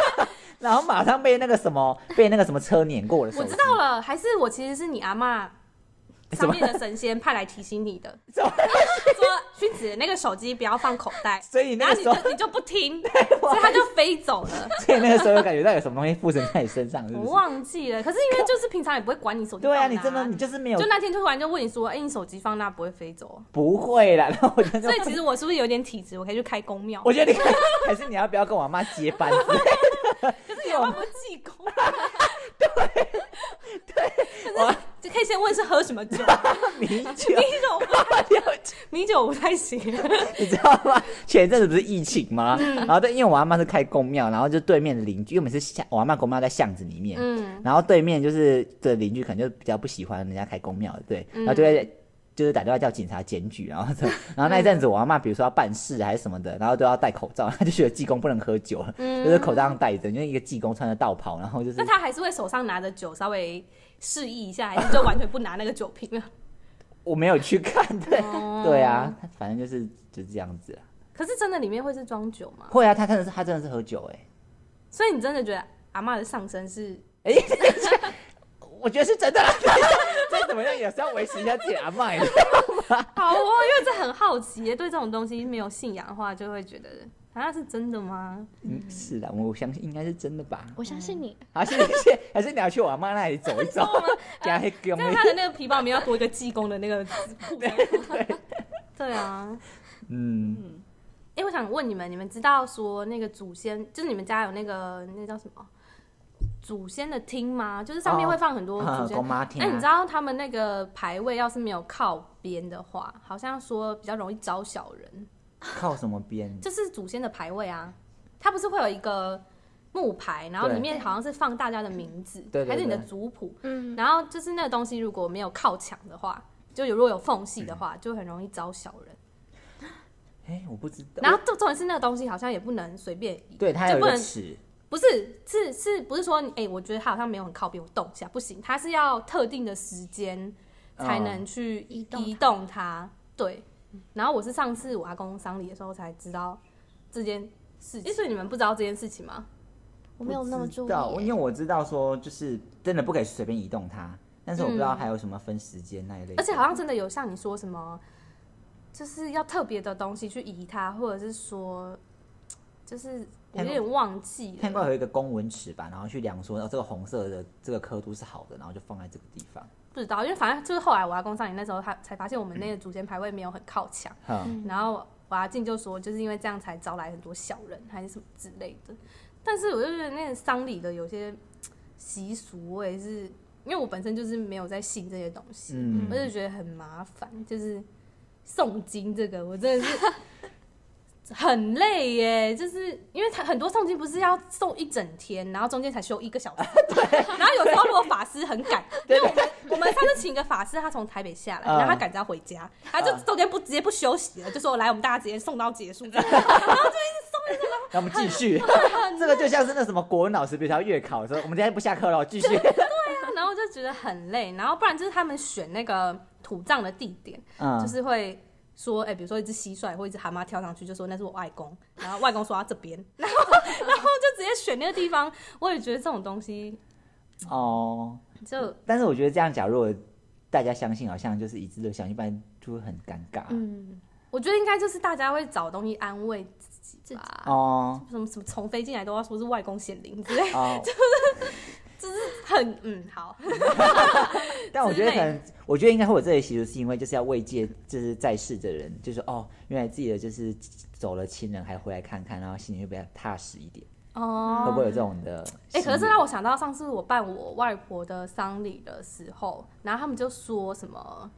C: 然后马上被那个什么被那个什么车碾过我的手
B: 我
C: 机。
B: 知道了，还是我其实是你阿妈
C: 什
B: 上
C: 么
B: 面的神仙派来提醒你的，
C: 怎么
B: 说君子那个手机不要放口袋，
C: 所以
B: 然后
C: 那个
B: 啊你
C: 时候，
B: 就你就不 听，
C: 我
B: 所以他就飞走了。
C: 所以那个时候有感觉到有什么东西附身在你身上，是
B: 我
C: 不是？
B: 忘记了，可是因为就是平常也不会管你手机
C: 对啊，
B: 放
C: 你
B: 哪
C: 真的你就是没有
B: 就那天突然就问你说，哎、你手机放那不会飞走？
C: 不会啦。然后我就
B: 所以其实我是不是有点体质？我可以去开公庙，
C: 我觉得你可以还是你要不要跟我妈接班之类 的？
B: 可是有办法济公。对对，
C: 我
B: 可是就可以先问是喝什么酒，
C: 米酒
B: 米酒我不
C: 了解
B: 米酒我不太行。
C: 你知道吗？ 前一阵子不是疫情吗？然后对，因为我阿妈是开公庙，然后就对面的邻居，因为我们是巷，我阿妈公庙在巷子里面，
B: 嗯
C: 然后对面就是的邻居可能就比较不喜欢人家开公庙的，对，然后就会。就是打电话叫警察检举，然后这，然后那一阵子我阿妈，比如说要办事还是什么的，然后都要戴口罩，她就觉得济公不能喝酒了，就是口罩上戴着，因为一个济公穿着道袍，然后就是
B: 那他还是会手上拿着酒稍微示意一下，还是就完全不拿那个酒瓶了？
C: 我没有去看，对、
B: 哦
C: 对啊，反正就是就是这样子啊。
B: 可是真的里面会是装酒吗？
C: 会啊，他真的是他真的是喝酒哎、
B: 所以你真的觉得阿嬷的上身是
C: 哎我觉得是真的啦。再怎么样也是要维持一下自己的阿麦的。
B: 好哦，因为这很好奇耶，对这种东西没有信仰的话，就会觉得啊是真的吗？
C: 嗯，是的，我相信应该是真的吧。
D: 我相信你，
C: 还是你去，还是你要去我阿妈那里走一 走，给他黑给我
B: 但
C: 们呃
B: 是。他的那个皮包里面要多一个济公的那个裤子。对啊，
C: 嗯，
B: 哎、我想问你们，你们知道说那个祖先，就是你们家有那个那叫什么祖先的厅吗？就是上面
C: 哦
B: 会放很多祖
C: 啊
B: 先。
C: 公妈听
B: 那、你知
C: 啊。
B: 道他们那个牌位要是没有靠边的话，好像说比较容易招小人。
C: 靠什么边？
B: 就是祖先的牌位啊，它不是会有一个木牌，然后
C: 对
B: 里面好像是放大家的名字，
C: 对对对
B: 还是你的族谱，
D: 嗯，
B: 然后就是那个东西如果没有靠墙的话，就有如果有缝隙的话，就很容易招小人。
C: 哎，我不知道。
B: 然后重重点是那个东西好像也不能随便移，
C: 对，它有
B: 就
C: 一
B: 不
C: 个
B: 能
C: 尺，
B: 不是是是不是说哎、我觉得它好像没有很靠边，我动一下不行，它是要特定的时间才能去
D: 移动它
B: 移动它。对，然后我是上次我阿公丧礼的时候才知道这件事情，所以你们不知道这件事情吗？
D: 我没有那么注
C: 不知
D: 意
C: 道因为
D: 耶。
C: 我知道说就是真的不可以随便移动它，但是我不知道还有什么分时间那一类的。
B: 而且好像真的有像你说什么，就是要特别的东西去移它，或者是说，就是我有点忘记
C: 看过
B: 了，
C: 有一个公文尺吧，然后去量说，哦，这个红色的这个刻度是好的，然后就放在这个地方。
B: 不知道，因为反正就是后来我阿公上你那时候，他才发现我们那个祖先牌位没有很靠墙，
C: 嗯，
B: 然后我阿静就说，就是因为这样才招来很多小人还是什么之类的。但是我就觉得那个丧礼的有些习俗，我也是因为我本身就是没有在信这些东西，
C: 嗯
B: 我就觉得很麻烦，就是诵经这个，我真的是。很累耶，就是因为他很多诵经不是要诵一整天，然后中间才休一个小时，然后有时候如果法师很 赶，因为我们我们上次请一个法师，他从台北下来，
C: 嗯
B: 然后他赶着要回家，他就中间不直接不休息了，就说来我们大家直接送到 结束，这样
C: 那我们继 续，这个就像是那什么国文老师，比如他月考说，我们今天不下课了，继续。
B: 然后就觉得很累，然后不然就是他们选那个土葬的地点，
C: 嗯，
B: 就是会说，哎、比如说一只蟋蟀或一只蛤蟆跳上去，就说那是我外公，然后外公说他这边， 然后然后就直接选那个地方。我也觉得这种东西
C: 哦，
B: 就
C: 但是我觉得这样，假如大家相信，好像就是一致的相信，不然就会很尴尬。
D: 嗯，
B: 我觉得应该就是大家会找东西安慰自己吧。
C: 哦
B: 什么什么从飞进来都要说是外公显灵之类，
C: 哦，
B: 很嗯好，
C: 但我觉得可
B: 之
C: 能，我觉得应该会有这些习俗，是因为就是要慰藉，就是在世的人，就是哦，原来自己的就是走了亲人还回来看看，然后心里会比较踏实一点，
B: 哦
C: 会不会有这种的心
B: 哎、
C: 理？
B: 可是这让我想到上次我办我外婆的丧礼的时候，然后他们就说什么，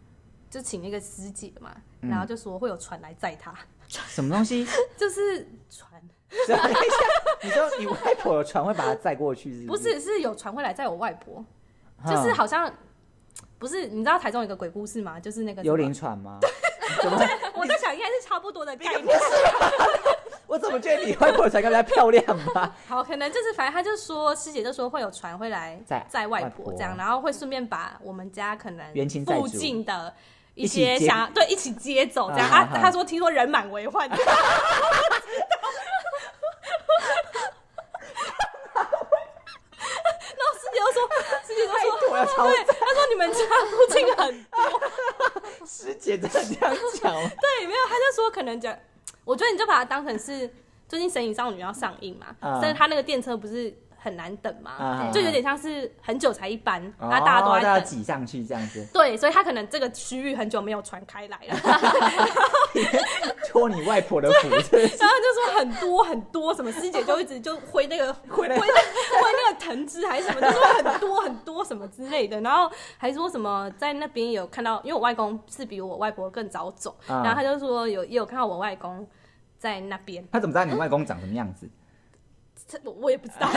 B: 就请那个师姐嘛，
C: 嗯
B: 然后就说会有船来载她，
C: 什么东西？
B: 就是船，
C: 等一下，你说你外婆的船会把它载过去是
B: 不
C: 不是？
B: 是是有船会来载我外婆，就是
C: 嗯
B: 好像不是你知道台中有一个鬼故事吗？就是那个什么
C: 幽灵，船吗？
B: 我在想应该是差不多的概念。
C: 我怎么觉得你外婆的船更加漂亮 吧？
B: 好，可能就是反正他就说师姐就说会有船会来
C: 载
B: 载外
C: 外
B: 婆
C: 婆啊
B: 这样，然后会顺便把我们家可能
C: 冤亲债主
B: 附近的。一
C: 一起
B: 些
C: 接
B: 想要对一起接走这样，
C: 啊
B: 他
C: 啊啊
B: 他说听说人满为 患， 然后师姐就说，师姐就说，
C: 哎我要超
B: 对，她说你们家附近很
C: 师姐真的这样讲吗？
B: 对，没有，她就说可能讲，我觉得你就把它当成是最近《神隐少女》要上映嘛，
C: 啊
B: 但是她那个电车不是很难等嘛，
C: 啊
B: 就有点像是很久才一班，
C: 哦
B: 然后大家都
C: 大家
B: 在等。
C: 挤上去这样子，
B: 对，所以他可能这个区域很久没有传开来了，然后
C: 托你外婆的福，真的是
B: 就说很多很多什么师姐就一直 就挥那个挥
C: 回来
B: 那个挥那个藤枝还是什么，就说很多很多什么之类的，然后还说什么在那边有看到，因为我外公是比我外婆更早走，
C: 啊
B: 然后他就说有也有看到我外公在那边，
C: 他怎么知道你外公长什么样子？
B: 这我我也不知 道，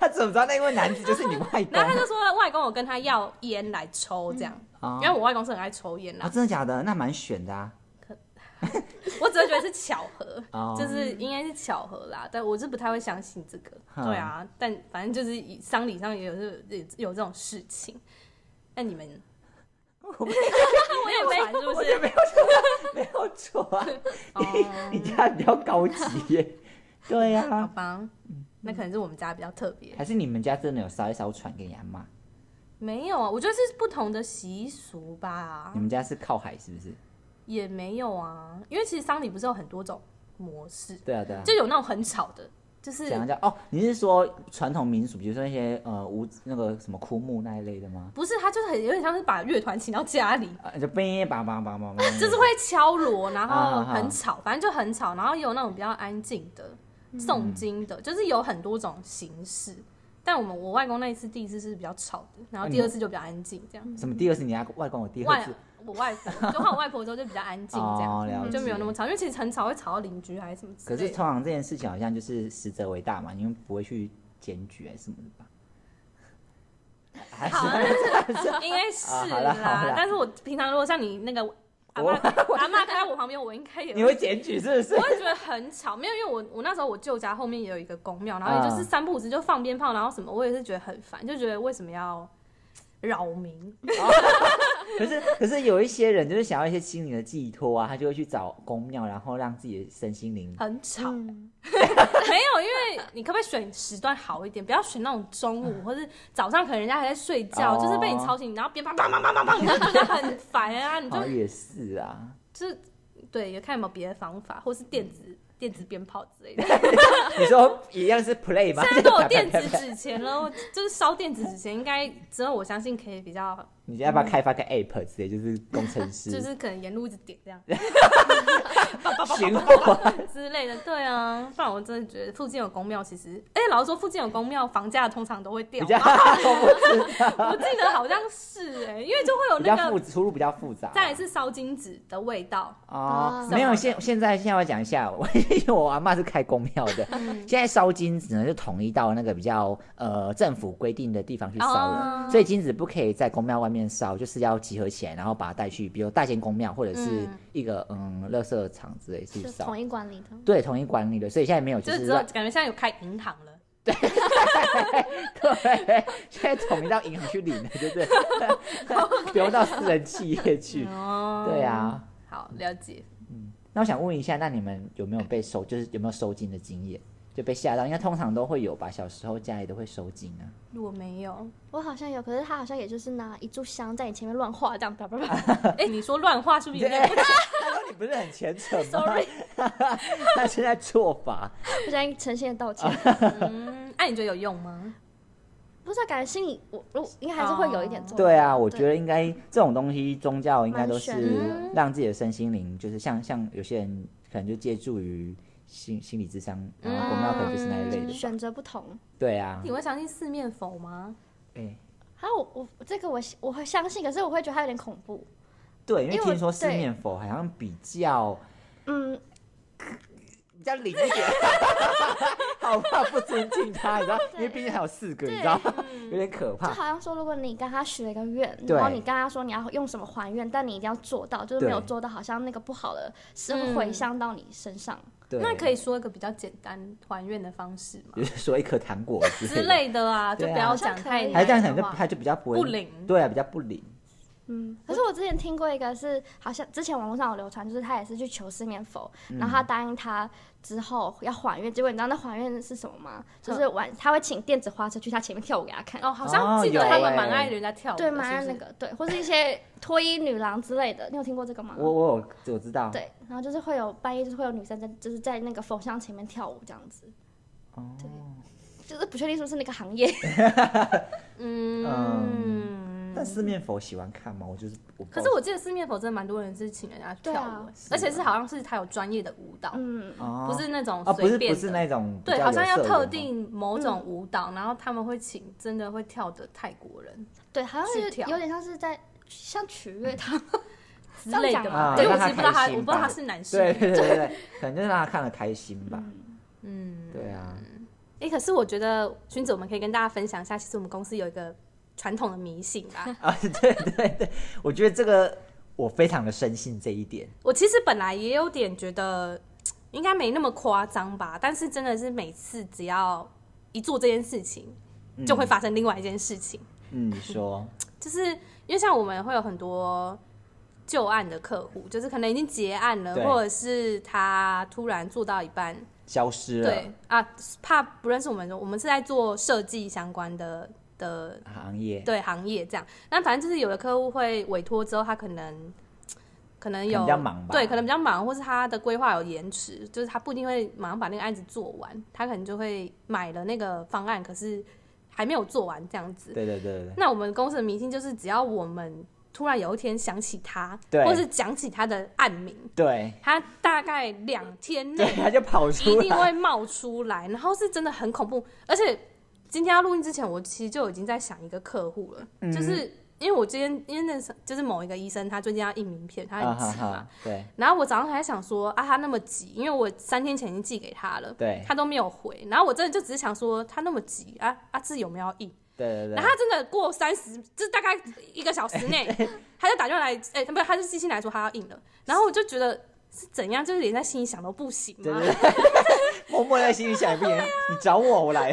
C: 他怎么知道那位男子就是你 外公
B: 然后他？就说外公我跟他要烟来抽这样，
C: 啊
B: 因为我外公是很爱抽烟啦
C: 啊，，真的假的？那蛮选的啊。
B: 我只会觉得是巧合，
C: 哦
B: 就是应该是巧合啦，但我是不太会相信这个。
C: 嗯
B: 对啊，但反正就是以丧礼上也有这有有这种事情。那你们，我也没是不
C: 我也
B: 是？
C: 没有错，没有错啊。
B: 哦
C: 你你家比较高级耶。对呀、
B: 好
C: 啊，
B: 吧，那可能是我们家比较特别。
C: 还是你们家真的有烧一烧船给你阿妈？
B: 没有啊，我觉得是不同的习俗吧
C: 你，们家是靠海是不是？
B: 也没有啊，因为其实丧礼不是有很多种模式，
C: 对啊，对啊。
B: 就有那种很吵的，就是
C: 讲一下哦，你是说传统民俗，比如说那些呃无那个什么枯木那一类的吗？
B: 不是他就是很有点像是把乐团请到家里，
C: 啊，就哔叭叭叭叭叭，
B: 就是会敲锣，然后
C: 啊哈
B: 很吵，反正就很吵，然后也有那种比较安静的、诵经
C: 嗯
B: 的，就是有很多种形式。但我们我外公那一次第一次是比较吵的，然后第二次就比较安静，这样。
C: 什么第二次你家外公嗯我第二
B: 外
C: 次
B: 我外婆就换我外婆之后就比较安静，这样、嗯
C: 哦，了解
B: 就没有那么吵，因为其实很吵会吵到邻居还是什么之
C: 可是
B: 类
C: 通
B: 的。
C: 常这件事情好像就是死者为大嘛，你们不会去检举还是什么的吧？还
B: 好啊
C: 是
B: 应该是
C: 啊好
B: 啦，
C: 啦好啦
B: 但是我平常如果像你那个阿妈
C: 我
B: 阿妈在我旁边，我应该也
C: 你会检举是不是
B: 我？会觉得很吵，没有，因为我我那时候我舅家后面也有一个公庙，然后也就是
C: 嗯
B: 三不五时就放鞭炮，然后什么，我也是觉得很烦，就觉得为什么要扰民？
C: 可是可是有一些人就是想要一些心灵的寄托啊，他就会去找公庙，然后让自己的身心灵
B: 很吵，
D: 嗯
B: 没有，因为你可不可以选时段好一点，不要选那种中午或是早上，可能人家还在睡觉，
C: 哦
B: 就是被你吵醒，然后鞭炮砰砰砰砰 砰，你就觉得很烦啊，你就
C: 好像也是啊。
B: 就是对，也看有没有别的方法，或是电子电子鞭炮之类的。
C: 你说一样是 play 吗？
B: 现在都有电子纸钱了，我就是烧电子纸钱，应该之后我相信可以比较
C: 你要不要开发个 app 之类，就是工程师
B: 嗯 就是可能沿路一直点这样
C: 行货？
B: 之类的，对啊，不然我真的觉得附近有公庙，其实，哎、老实说附近有公庙，房价通常都会掉
C: 比，较
B: 我记得好像是哎、因为就会有
C: 比
B: 那个
C: 较复出入比较复杂。
B: 再来是烧金纸的味道，
C: 哦
D: 啊，
C: 没有，现现在现在我讲一下，我 因为我阿妈是开公庙的，
D: 嗯
C: 现在烧金纸呢就统一到那个比较呃政府规定的地方去烧了，
B: 哦
C: 所以金纸不可以在公庙外面烧，就是要集合起来，然后把它带去，比如大仙公庙或者是
B: 嗯
C: 一个嗯垃圾场之类去
D: 是
C: 烧
D: 统。一管理的。
C: 对，统一管理的，所以现在没有，
B: 就
C: 就
B: 是
C: 是
B: 只有
C: 乱
B: 感觉现在有开银行了，
C: 对，现在统一到银行去领了，对不对？不用到私人企业去。
B: 哦
C: 对，啊，
B: 好了解。
C: 那我想问一下，那你们有没有被收，就是有没有收金的经验？就被吓到，因为通常都会有吧，小时候家里都会收金啊。
B: 我没 有，
D: 我好像有，可是他好像也就是拿一炷香在你前面乱画这样，叭叭 叭。
B: 哎、你说乱画是不是有 点不
C: 他说你不是很虔诚吗
D: Sorry
C: 他现在做法，
D: 不小心诚心的道歉，
C: 啊
B: 嗯，哎、你觉得有用吗？
D: 不是感觉心里我我应该还是会有一点作用。
C: 对啊，我觉得应该这种东西，宗教应该都
D: 蛮
C: 是
D: 玄
B: 的
C: 让自己的身心灵，就是像像有些人可能就借助于心心理智商，然后公庙可能就是那一类的吧。
D: 嗯选择不同。
C: 对啊，
B: 你会相信四面佛吗？
C: 哎、
D: 还有啊我我这个我我会相信，可是我会觉得它有点恐怖。
C: 对，因为
D: 因为
C: 听
D: 我
C: 说四
D: 对
C: 面佛好像比较
D: 嗯，
C: 比较灵一点， 好怕不尊敬他，你知道？因为毕竟还有四个，你知道，
B: 嗯
C: 有点可
D: 就
C: 怕。
D: 好像说，如果你跟他许了一个愿，
C: 啊对
D: 然后你跟他说你要用什么还愿，但你一定要做到，就是没有
C: 对
D: 做到，好像那个不好的是
B: 嗯
D: 回向到你身上。
C: 对，
B: 那可以说一个比较简单还愿的方式吗？
C: 比如说一颗糖果之
B: 之
C: 类
B: 类的啊，就
C: 对啊
B: 不要讲太
D: 好像可
C: 的，
D: 以
B: 难
C: 还是这样可能
B: 的
C: 就
B: 话
C: 他就比较不会
B: 不灵
C: 对啊，比较不灵。
D: 嗯，可是我之前听过一个是，好像之前网络上有流传，就是他也是去求四面佛，
B: 嗯
D: 然后他答应他之后要还愿，结果你知道那还愿是什么吗？就是玩他会请电子花车去他前面跳舞给他看，
B: 嗯哦，好像记得
C: 哦
B: 他
C: 有
B: 们
C: 欸
B: 蛮爱人家跳舞的，
D: 对，蛮爱
B: 是
D: 那
B: 不是
D: 个对，或是一些脱衣女郎之类的，你有听过这个
B: 嗯
D: 吗？
C: 我我有我知道，
D: 对，然后就是会有半夜就是会有女生在就是在那个佛像前面跳舞这样子，
C: 哦，
D: 就是不确定是不是那个行业。
B: 嗯。
C: 但四面佛喜欢看吗？我就是我不知
B: 可
C: 道，
B: 是我记得四面佛真的蛮多人是请人家跳
D: 对
B: 舞
D: 啊
B: 欸，
C: 是
B: 而且是
C: 啊
B: 好像是他有专业的舞蹈，
D: 嗯，
C: 哦
B: 不是那种
C: 啊，不
B: 随
C: 是
B: 便
C: 不
B: 的。
C: 是那种比
B: 对，
C: 较
B: 好像
C: 有
B: 要
C: 色的
B: 特
C: 那种
B: 定某种舞蹈，然后他们会请真的会跳的泰国人
D: 对，好像
B: 去
D: 有
B: 跳
D: 有点像是在像取悦他们。
B: 之
D: 这样
B: 类
D: 讲
B: 的
D: 吗
B: 嘛。
C: 啊
B: 对，我
C: 让
B: 其实不
C: 他
B: 知道他，
C: 开
B: 我
C: 心
B: 不知道
C: 吧
B: 他是男生。
C: 对对对对，对可能就是让他看了开心吧。
B: 嗯，
C: 对啊，
B: 哎，可是我觉得君子，我们可以跟大家分享一下，其实我们公司有一个传统的迷信 啊。
C: 我觉得这个我非常的深信这一点。
B: 我其实本来也有点觉得应该没那么夸张吧，但是真的是每次只要一做这件事情，嗯就会发生另外一件事情，
C: 嗯，你说，
B: 就是因为像我们会有很多旧案的客户，就是可能已经结案了，
C: 对
B: 或者是他突然做到一半，
C: 消失了。
B: 对啊，怕不认识我们，我们是在做设计相关的的
C: 行业，
B: 对行业这样。那反正就是有的客户会委托之后，他可能可能有
C: 可能比较忙吧
B: 对，可能比较忙，或是他的规划有延迟，就是他不一定会马上把那个案子做完，他可能就会买了那个方案，可是还没有做完这样子。
C: 对对对对
B: 那我们公司的明星就是，只要我们突然有一天想起他，
C: 对
B: 或是讲起他的案名，
C: 对
B: 他大概两天内
C: 对，他就跑
B: 一
C: 出
B: 定
C: 来，
B: 会冒出来，然后是真的很恐怖。而且今天要录音之前，我其实就已经在想一个客户了，
C: 嗯
B: 就是因为我今天因为那是就是某一个医生，他最近要印名片，他很
C: 啊哈
B: 急嘛
C: 哈。，对
B: 然后我早上还想说啊，他那么急，因为我三天前已经寄给他了，
C: 对
B: 他都没有回。然后我真的就只是想说，他那么急啊啊，字有没有要印？
C: 对对
B: 然
C: 对
B: 后，他真的过三十，就是大概一个小时 内，他就打电话来，哎、他不是，他就寄信来说他要印了。然后我就觉得是怎样，就是连在心里想都不行
C: 对
B: 吗？
C: 对对，默默在心里想，不
B: 啊
C: 行，你找我，我来。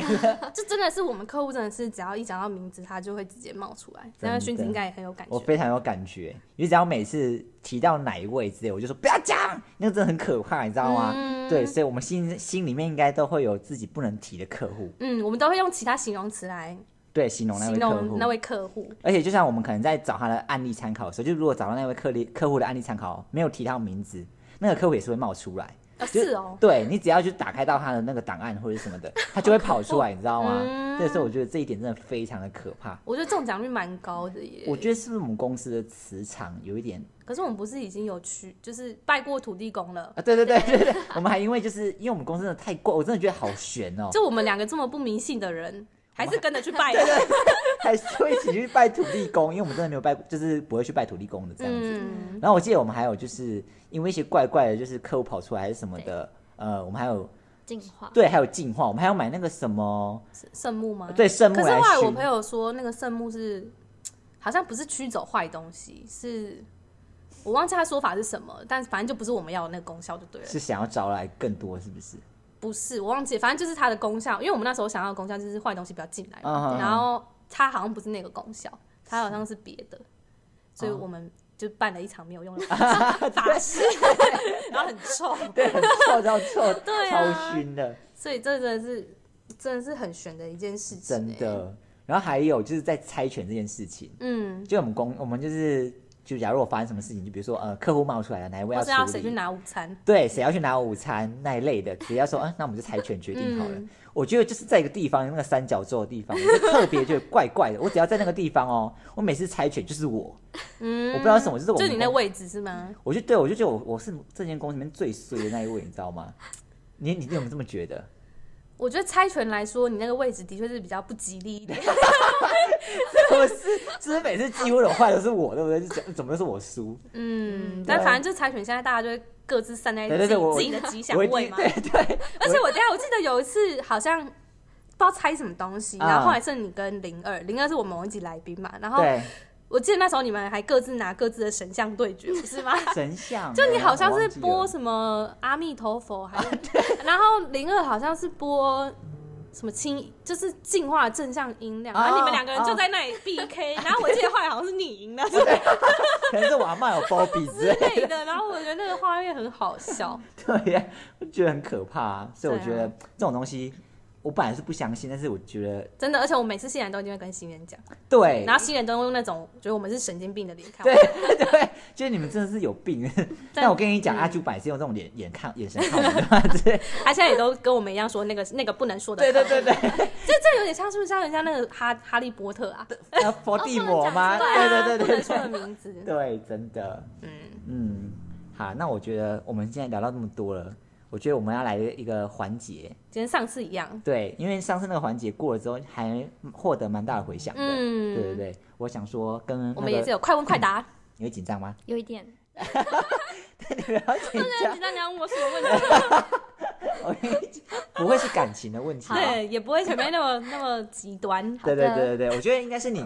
B: 这真的是我们客户，真的是只要一讲到名字，他就会直接冒出来。
C: 真的
B: 那勋子应该也很有感
C: 我
B: 觉。
C: 非常有感觉，因为只要每次提到哪一位之类，我就说不要讲，那个真的很可怕，你知道吗？
B: 嗯
C: 对，所以我们心心里面应该都会有自己不能提的客户，
B: 嗯，我们都会用其他形容词来
C: 对，形容那位
B: 形
C: 客
B: 容
C: 户
B: 那。位客户。
C: 而且，就像我们可能在找他的案例参考的时候，就如果找到那位客例客户的案例参考没有提到名字，那个客户也是会冒出来，
B: 哦
C: 就是
B: 哦，
C: 对你只要去打开到他的那个档案或者 什么的，他就会跑出来，你知道吗？
B: 嗯
C: 这时候我觉得这一点真的非常的可怕。
B: 我觉得中奖率蛮高的耶。
C: 我觉得是不是我们公司的磁场有一点
B: 可是我们不是已经有去，就是拜过土地公了？
C: 啊？对 对对对对，我们还因为就是因为我们公司真的太怪，我真的觉得好 悬哦，
B: 就我们两个这么不迷信的人，还是跟着去拜。
C: 还是会一起去拜土地公，因为我们真的没有拜，就是不会去拜土地公的这样子。
B: 嗯，
C: 然后我记得我们还有就是因为一些怪怪的，就是客户跑出来还是什么的，呃，我们还有
D: 进化。
C: 对还有净化，我们还要买那个什么
B: 圣木吗？
C: 对圣木
B: 可是
C: 来
B: 后来我
C: 熏
B: 朋友说，那个圣木是好像不是驱走坏东西，是我忘记他说法是什么，但反正就不是我们要的那个功效就对了。
C: 是想要招来更多，是不是？
B: 不是，我忘记，反正就是它的功效，因为我们那时候想要的功效就是坏东西不要进来
C: 嗯
B: 嘛
C: 嗯嗯
B: 然后它好像不是那个功效，它好像是别的，所以
C: 哦
B: 我们就办了一场没有用 的法事，然后很臭，
C: 对，很臭，超臭，
B: 对啊
C: 超熏的，
B: 所以这真的是真的是很悬的一件事情、
C: 真
B: 欸，
C: 的。然后还有就是在猜拳这件事情，
B: 嗯，
C: 就我们公我们就是就假如我发生什么事情，就比如说呃客户冒出来了，哪一位
B: 或是要
C: 处
B: 谁去
C: 理，
B: 拿午餐，
C: 对，谁要去拿午餐那一类的，只要说啊，那我们就猜拳决定好了。
B: 嗯
C: 我觉得就是在一个地方，那个三角洲的地方，我就特别觉得怪怪的。我只要在那个地方哦，我每次猜拳就是我，
B: 嗯，
C: 我不知道什么就是我
B: 就
C: 们
B: 你那
C: 公
B: 位置是吗？
C: 我就对我就觉得我我是这间公司里面最衰的那一位，你知道吗？你你你有没有这么觉得？
B: 我觉得猜拳来说，你那个位置的确是比较不吉利一点。
C: 我是，就是每次几乎有坏都是我，对不对？就讲怎么又是我输？
B: 嗯，但
C: 对
B: 反正就是猜拳，现在大家就会各自散在
C: 对
B: 自
C: 对
B: 己
C: 对，我
B: 自己的吉祥
C: 我一
B: 位
C: 定
B: 嘛。
C: 对对，
B: 而且我等一下我记得有一次好像不知道猜什么东西，
C: 啊
B: 然后后来剩你跟零二，零二是我们某一集来宾嘛，然后
C: 对
B: 我记得那时候你们还各自拿各自的神像对决，不是吗？
C: 神像，
B: 就你好像是
C: 我
B: 播
C: 忘记了
B: 什么阿弥陀佛，还
C: 啊
B: 是然后零二好像是播什么清，就是净化正向音量，
C: 哦
B: 然后你们两个人就
C: 哦
B: 在那里 BK，然后我记得后来好像是你赢了之
C: 可能是我阿妈有包庇之类的，
B: 类的，然后我觉得那个画面很好笑，
C: 对呀，我觉得很可怕、啊，所以我
B: 对啊
C: 觉得这种东西。我本来是不相信，但是我觉得
B: 真的，而且我每次新人都一定会跟新人讲，
C: 对，
B: 然后新人都用那种觉得我们是神经病的脸看我们
C: 对 对，就是你们真的是有病。但我跟你
B: 嗯
C: 讲，阿朱本来是用这种眼眼看眼神看我们的， 对
B: 他现在也都跟我们一样说那个那个不能说的。
C: 对对，对对，
B: 这这有点像是不是像人家那个哈哈利波特啊？
C: 呃佛地魔吗？
B: 对啊
C: 对对
B: 不能
C: 对对
B: 说的
C: 对，
B: 名字。
C: 对，真的，
B: 嗯，
C: 嗯，好，那我觉得我们现在聊到这么多了，我觉得我们要来一个环节，
B: 跟上次一样。
C: 对，因为上次那个环节过了之后，还获得蛮大的回响的，
B: 嗯
C: 对对对，我想说跟
B: 我
C: 那
B: 们也是
C: 个，
B: 有快问快 答，
C: 你会紧张吗？
D: 有一点，
C: 你不要紧
B: 对，
C: 张
B: 你，让你要问我什么问 题？
C: 我跟你讲不会是感情的问题吧，
B: 对，也不会前面那么那么极端。
C: 对对
D: 好的
C: 对对对，我觉得应该是你。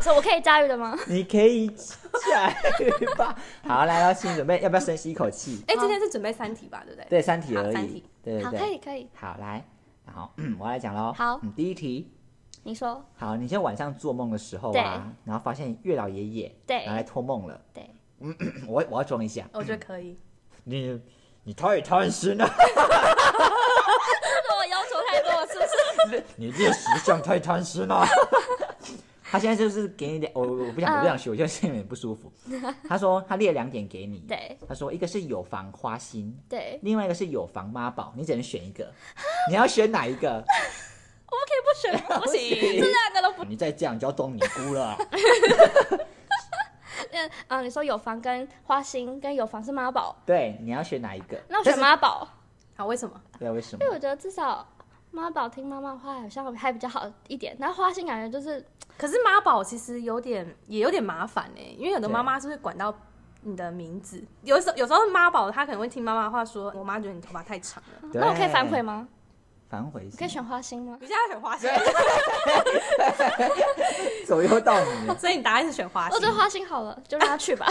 D: 所以我可以驾驭的吗？
C: 你可以起来 吧。好，来到心理准备，要不要深吸一口气？
B: 哎，今天是准备三题吧，对不对？
C: 对，三题
B: 好
C: 而
B: 三
C: 已
B: 题。
C: 对
D: 好，
C: 对
D: 可
C: 对，
D: 以可以，
C: 好来，然后我来讲喽。
D: 好
C: 嗯，第一题。
D: 你说
C: 好，你现在晚上做梦的时候
D: 对
C: 啊，然后发现月老爷爷
D: 对
C: 拿来托梦了，
D: 对，
C: 我我要装一下，
B: 我觉得可 以。
C: 你你太贪心了，
D: 这个我要求太多，是不是？
C: 你这个石像太贪心了。 他现在就是给你两，我我我不想我不
D: 嗯
C: 想学，我就是有点不舒 服。他说他列两点给你，
D: 对
C: 他说一个是有房花心，
D: 对，
C: 另外一个是有房妈宝，你只能选一个，你要选哪一 个？
D: 我们可以 不选吗，不
C: 行
D: 这两个都不。
C: 你再这样就要动尼姑 了。
D: 嗯嗯，你说有房跟花心跟有房是妈宝，
C: 对，你要选哪一个？
D: 那我选
C: 但是？
D: 妈宝，
B: 好，为什么？
C: 对，为什
D: 因为我
C: 么？
D: 觉得至少妈宝听妈妈话好像还比较好一点，然后花心感觉就是
B: 可是妈宝其实有点也有点麻烦哎，因为有的
C: 对
B: 妈妈是会管到。你的名字，有时候有时候妈宝她可能会听妈妈的话说，我妈觉得你头发太长了，
C: 对
D: 那我可以反悔？吗？
C: 反悔是
D: 我可以选花心吗
B: 你？现在选花心，
C: 左右到你了
B: 所以你答案是选花
D: 我
B: 心
D: 觉。得花心好了，就让他 去吧。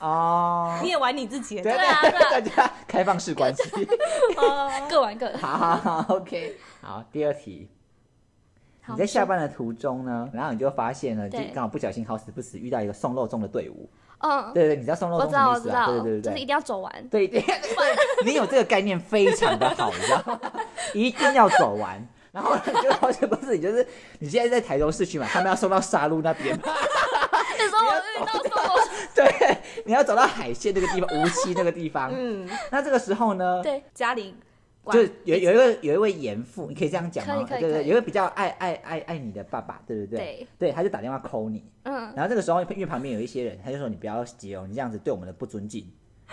C: 哦。
B: 你也玩你自己的
C: 对
D: 对啊对啊
C: 大家开放式 关系。哦
D: 各玩各的。
C: 好好好，OK。好，第二题。
D: 好
C: 你在下班的途中呢，然后你就发现呢，就
D: 对
C: 刚好不小心好死不死遇到一个送肉粽的队伍。
D: 嗯，
C: 对对，对你知道送肉
D: 我
C: 粽
D: 知
C: 什么
D: 道，我
C: 意
D: 知
C: 思啊？
D: 道
C: 对，对对
D: 就是一
C: 对
D: 定要走完。
C: 对对对，你有这个概念非常的好，你知 道吗？一定要走完。然 后你就好死不死，你就是你现在在台中市区嘛，他们要送到沙鹿那边嘛，
D: 直说我遇到说我
C: 对，你要走到海线那个地方，无锡那个地方。
B: 嗯，
C: 那这个时候呢，
D: 对
B: 家里管
C: 就有有一位有一位严父，你可以这样讲吗？
D: 哎可以可以
C: 对对，
D: 可以
C: 有一个比较爱爱爱爱你的爸爸，对不对？
D: 对，
C: 他就打电话 call 你，
D: 嗯，
C: 然后这个时候因为旁边有一些人，他就说你不要接哦，你这样子对我们的不尊敬。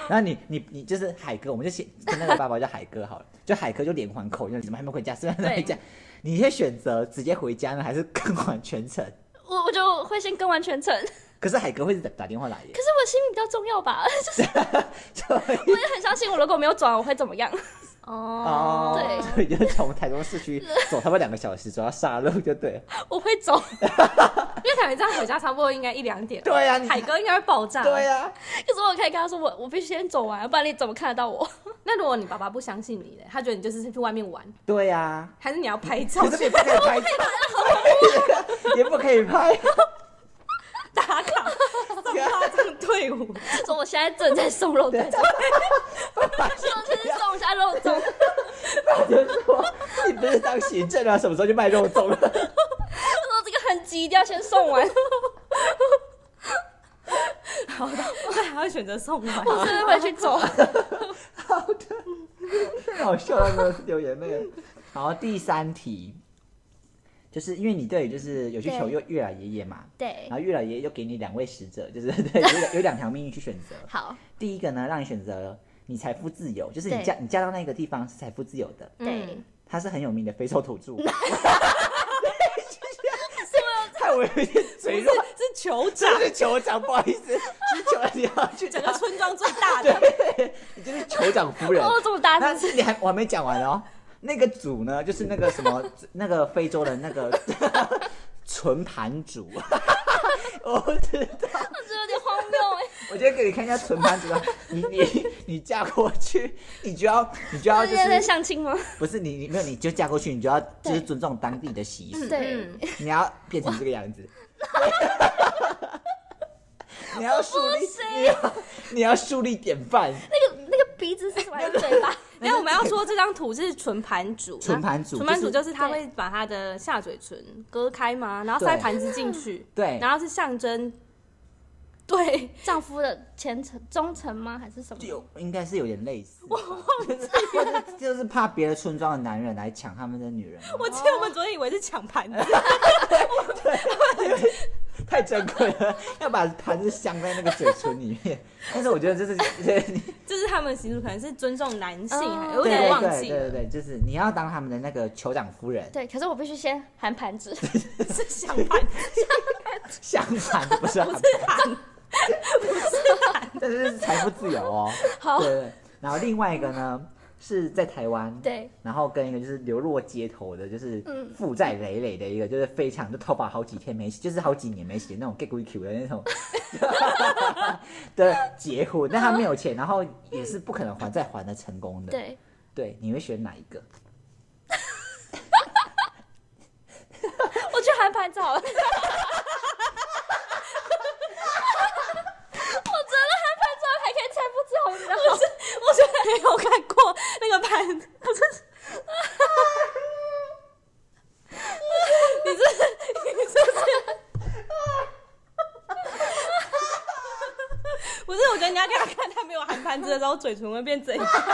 C: 然后你你你就是海哥，我们就先跟那个爸爸叫海哥好了，就海哥就连环扣，因为你怎么还没回家，是不是还没回家？你先选择直接回家呢，还是跟完全程？
D: 我我就会先跟完全程，可是
C: 可是海哥会打打电话来耶，
D: 我心里比较重要吧， 就是
C: 所以
D: 我也很相信我如果没有转我会怎么样，
B: 哦，
C: 哦，对，就是从台中市区走差不多两个小时，走到沙鹿就对了。
D: 我会走，
B: 因为凯文这样回家差不多应该一两点，
C: 对啊你
B: 海哥应该会爆炸，
C: 对呀、啊，
D: 可是我可以跟他说我我必须先走完，不然你怎么看得到我？
B: 那如果你爸爸不相信你呢？他觉得你就是去外面玩，
C: 对呀、啊，
B: 还是你要拍照
C: 可是也不可以拍，也不可以拍，
B: 打 卡，送他进队伍？
D: 说我现在正在送肉粽，
C: 就
D: 我就是送一下肉粽，
C: 是说 你不是当行政啊，什么时候去卖肉粽了？
D: 他说这个很急，一定要先送完，
B: 好的，那还要选择送 完。
D: 我真的会去走。
C: 好的，太好笑了，没有流眼泪了。好，第三题，就是因为你对就是有去求
D: 对
C: 月月老爷爷嘛，
D: 对
C: 然，后月老爷爷又给你两位使者，就是 对，有两有两条命运去选择。
D: 好，
C: 第一个呢，让你选择你财富自由，就是你
D: 对
C: 嫁你嫁到那个地方是财富自由的，
D: 对
B: 嗯，
C: 它是很有名的非洲土 著。害我有点嘴
B: 不
C: 软，
B: 是是酋长，
C: 这是酋长，不好意思，是酋长，你要去
B: 整
C: 讲
B: 个，村庄最大的，
C: 你就是酋长夫人。
D: 哦，这么大
C: 但
D: 声，
C: 是你还我还没讲完哦。那个主呢，就是那个什么，那个非洲的那个 纯盘主， 我不知道。
D: 这有点荒谬哎。
C: 我今天给你看一下纯盘主啊，你你你嫁过去，你就要你就要就
D: 现在在
C: 是
D: 相亲吗？
C: 不是你你没有你就嫁过去，你就要就是
D: 对
C: 尊重当地的习俗，
D: 对
B: 嗯，
C: 你要变成这 个样子。你要树立，你要你要树立典范，
D: 那 个那个鼻子是什么？还是嘴巴？
B: 因为我们要说这张图是纯盘主，
C: 纯盘主
B: 纯盘主
C: 就
B: 就是他会把他的下嘴唇割开嘛，然后塞
C: 对
B: 盘子进去，
C: 对
B: 然后是象征，对，
D: 丈夫的虔诚、忠诚吗？还是什么？
C: 有应该是有点类似吧，就是就是怕别的村庄的男人来抢他们的女人，
B: 我记得我们昨天以为是抢盘子，
C: 太珍贵了，要把盘子镶在那个嘴唇里面。但是我觉得这是，对
B: 就是他们习俗可能是尊重男性，
D: 嗯
B: 还
C: 对
B: 有
C: 对
B: 点忘
C: 对
B: 记
C: 对
B: 了
C: 对，就是你要当他们的那个酋长 夫人，
D: 对，可是我必须先含盘子，
B: 是抢 盘，
C: 相反不是啊，
B: 不是盘，
C: 但是是财富自由哦。
D: 好
C: 对对对。然后另外一个呢是在台湾，
D: 对，
C: 然后跟一个就是流落街头的，就是
D: 嗯
C: 负债累累的一个，就是非常就头发好几天没洗，就是好几年没洗 那种 get w i q 的那种 的结婚，但他没有钱，然后也是不可能还债还的成功的。
D: 对，
C: 对，你会选哪一 个？
D: 我去含盘子 好了。我真的含盘子还可以猜不着，你知道吗？
B: 我昨天有看过那个盘，不是。你这是你这是， 不是？我觉得你要给他看，他没有含盘子的时候，嘴唇会变怎样？ 你是痛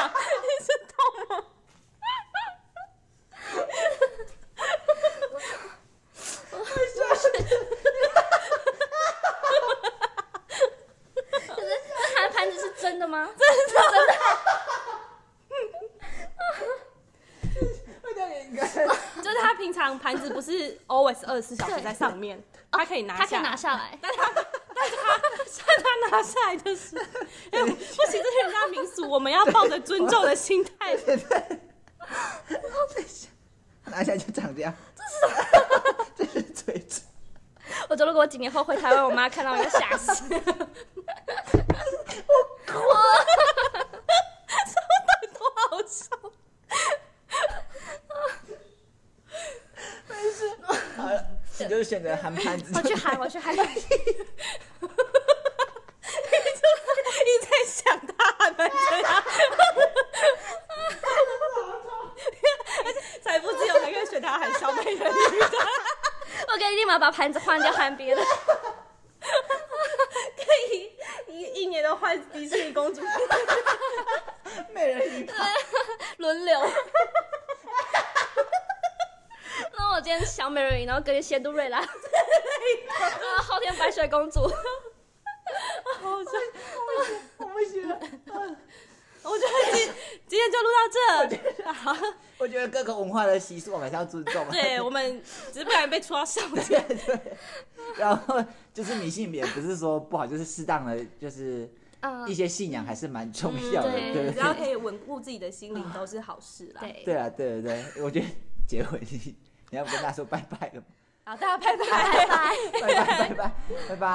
B: 吗？
D: 可是含盘子是真的吗？
B: 就是他平常盘子不是 always 二十四小时在上面，他可以拿
D: 他可以
B: 下，
D: 拿下来，
B: 但他但他但他拿下来就是，哎，不行，这是人家民俗，我们要抱着尊重的心态。
C: 拿下就长这样， 这是这是嘴唇。
D: 我觉得如果我几年后回台湾，我妈看到我要吓死。
B: 多好笑！
C: 好了，你就选择含盘子
D: 我。去喊，我去喊。
B: 一啊直在想他们这样，财富自由还可以选他喊小美人鱼的，
D: 我可以立马把盘子换掉，喊别的。轮流。 那我今天小美人鱼，然后隔天仙都瑞 拉，然后后天白雪公主，
C: 我不行了，
B: 我觉得今今天就录到这， 好，
C: 我觉得各个文化的习俗我们还是要尊重。
B: 对我们只是不然被戳到笑点。
C: 对对， 然后就是迷信也不是说不好，就是适当的，就是
D: 嗯
C: 一，些信仰还是蛮重要的，
D: 嗯
C: 对
B: 只
C: 不
B: 要
C: 对？
B: 可以稳固自己的心灵都是好事啦。，
D: 对，
C: 对啊，对对对，我觉得结婚你你要不跟大家说拜拜了吗？
B: 好，大家拜拜。
D: 拜拜。
C: 拜拜拜拜拜拜。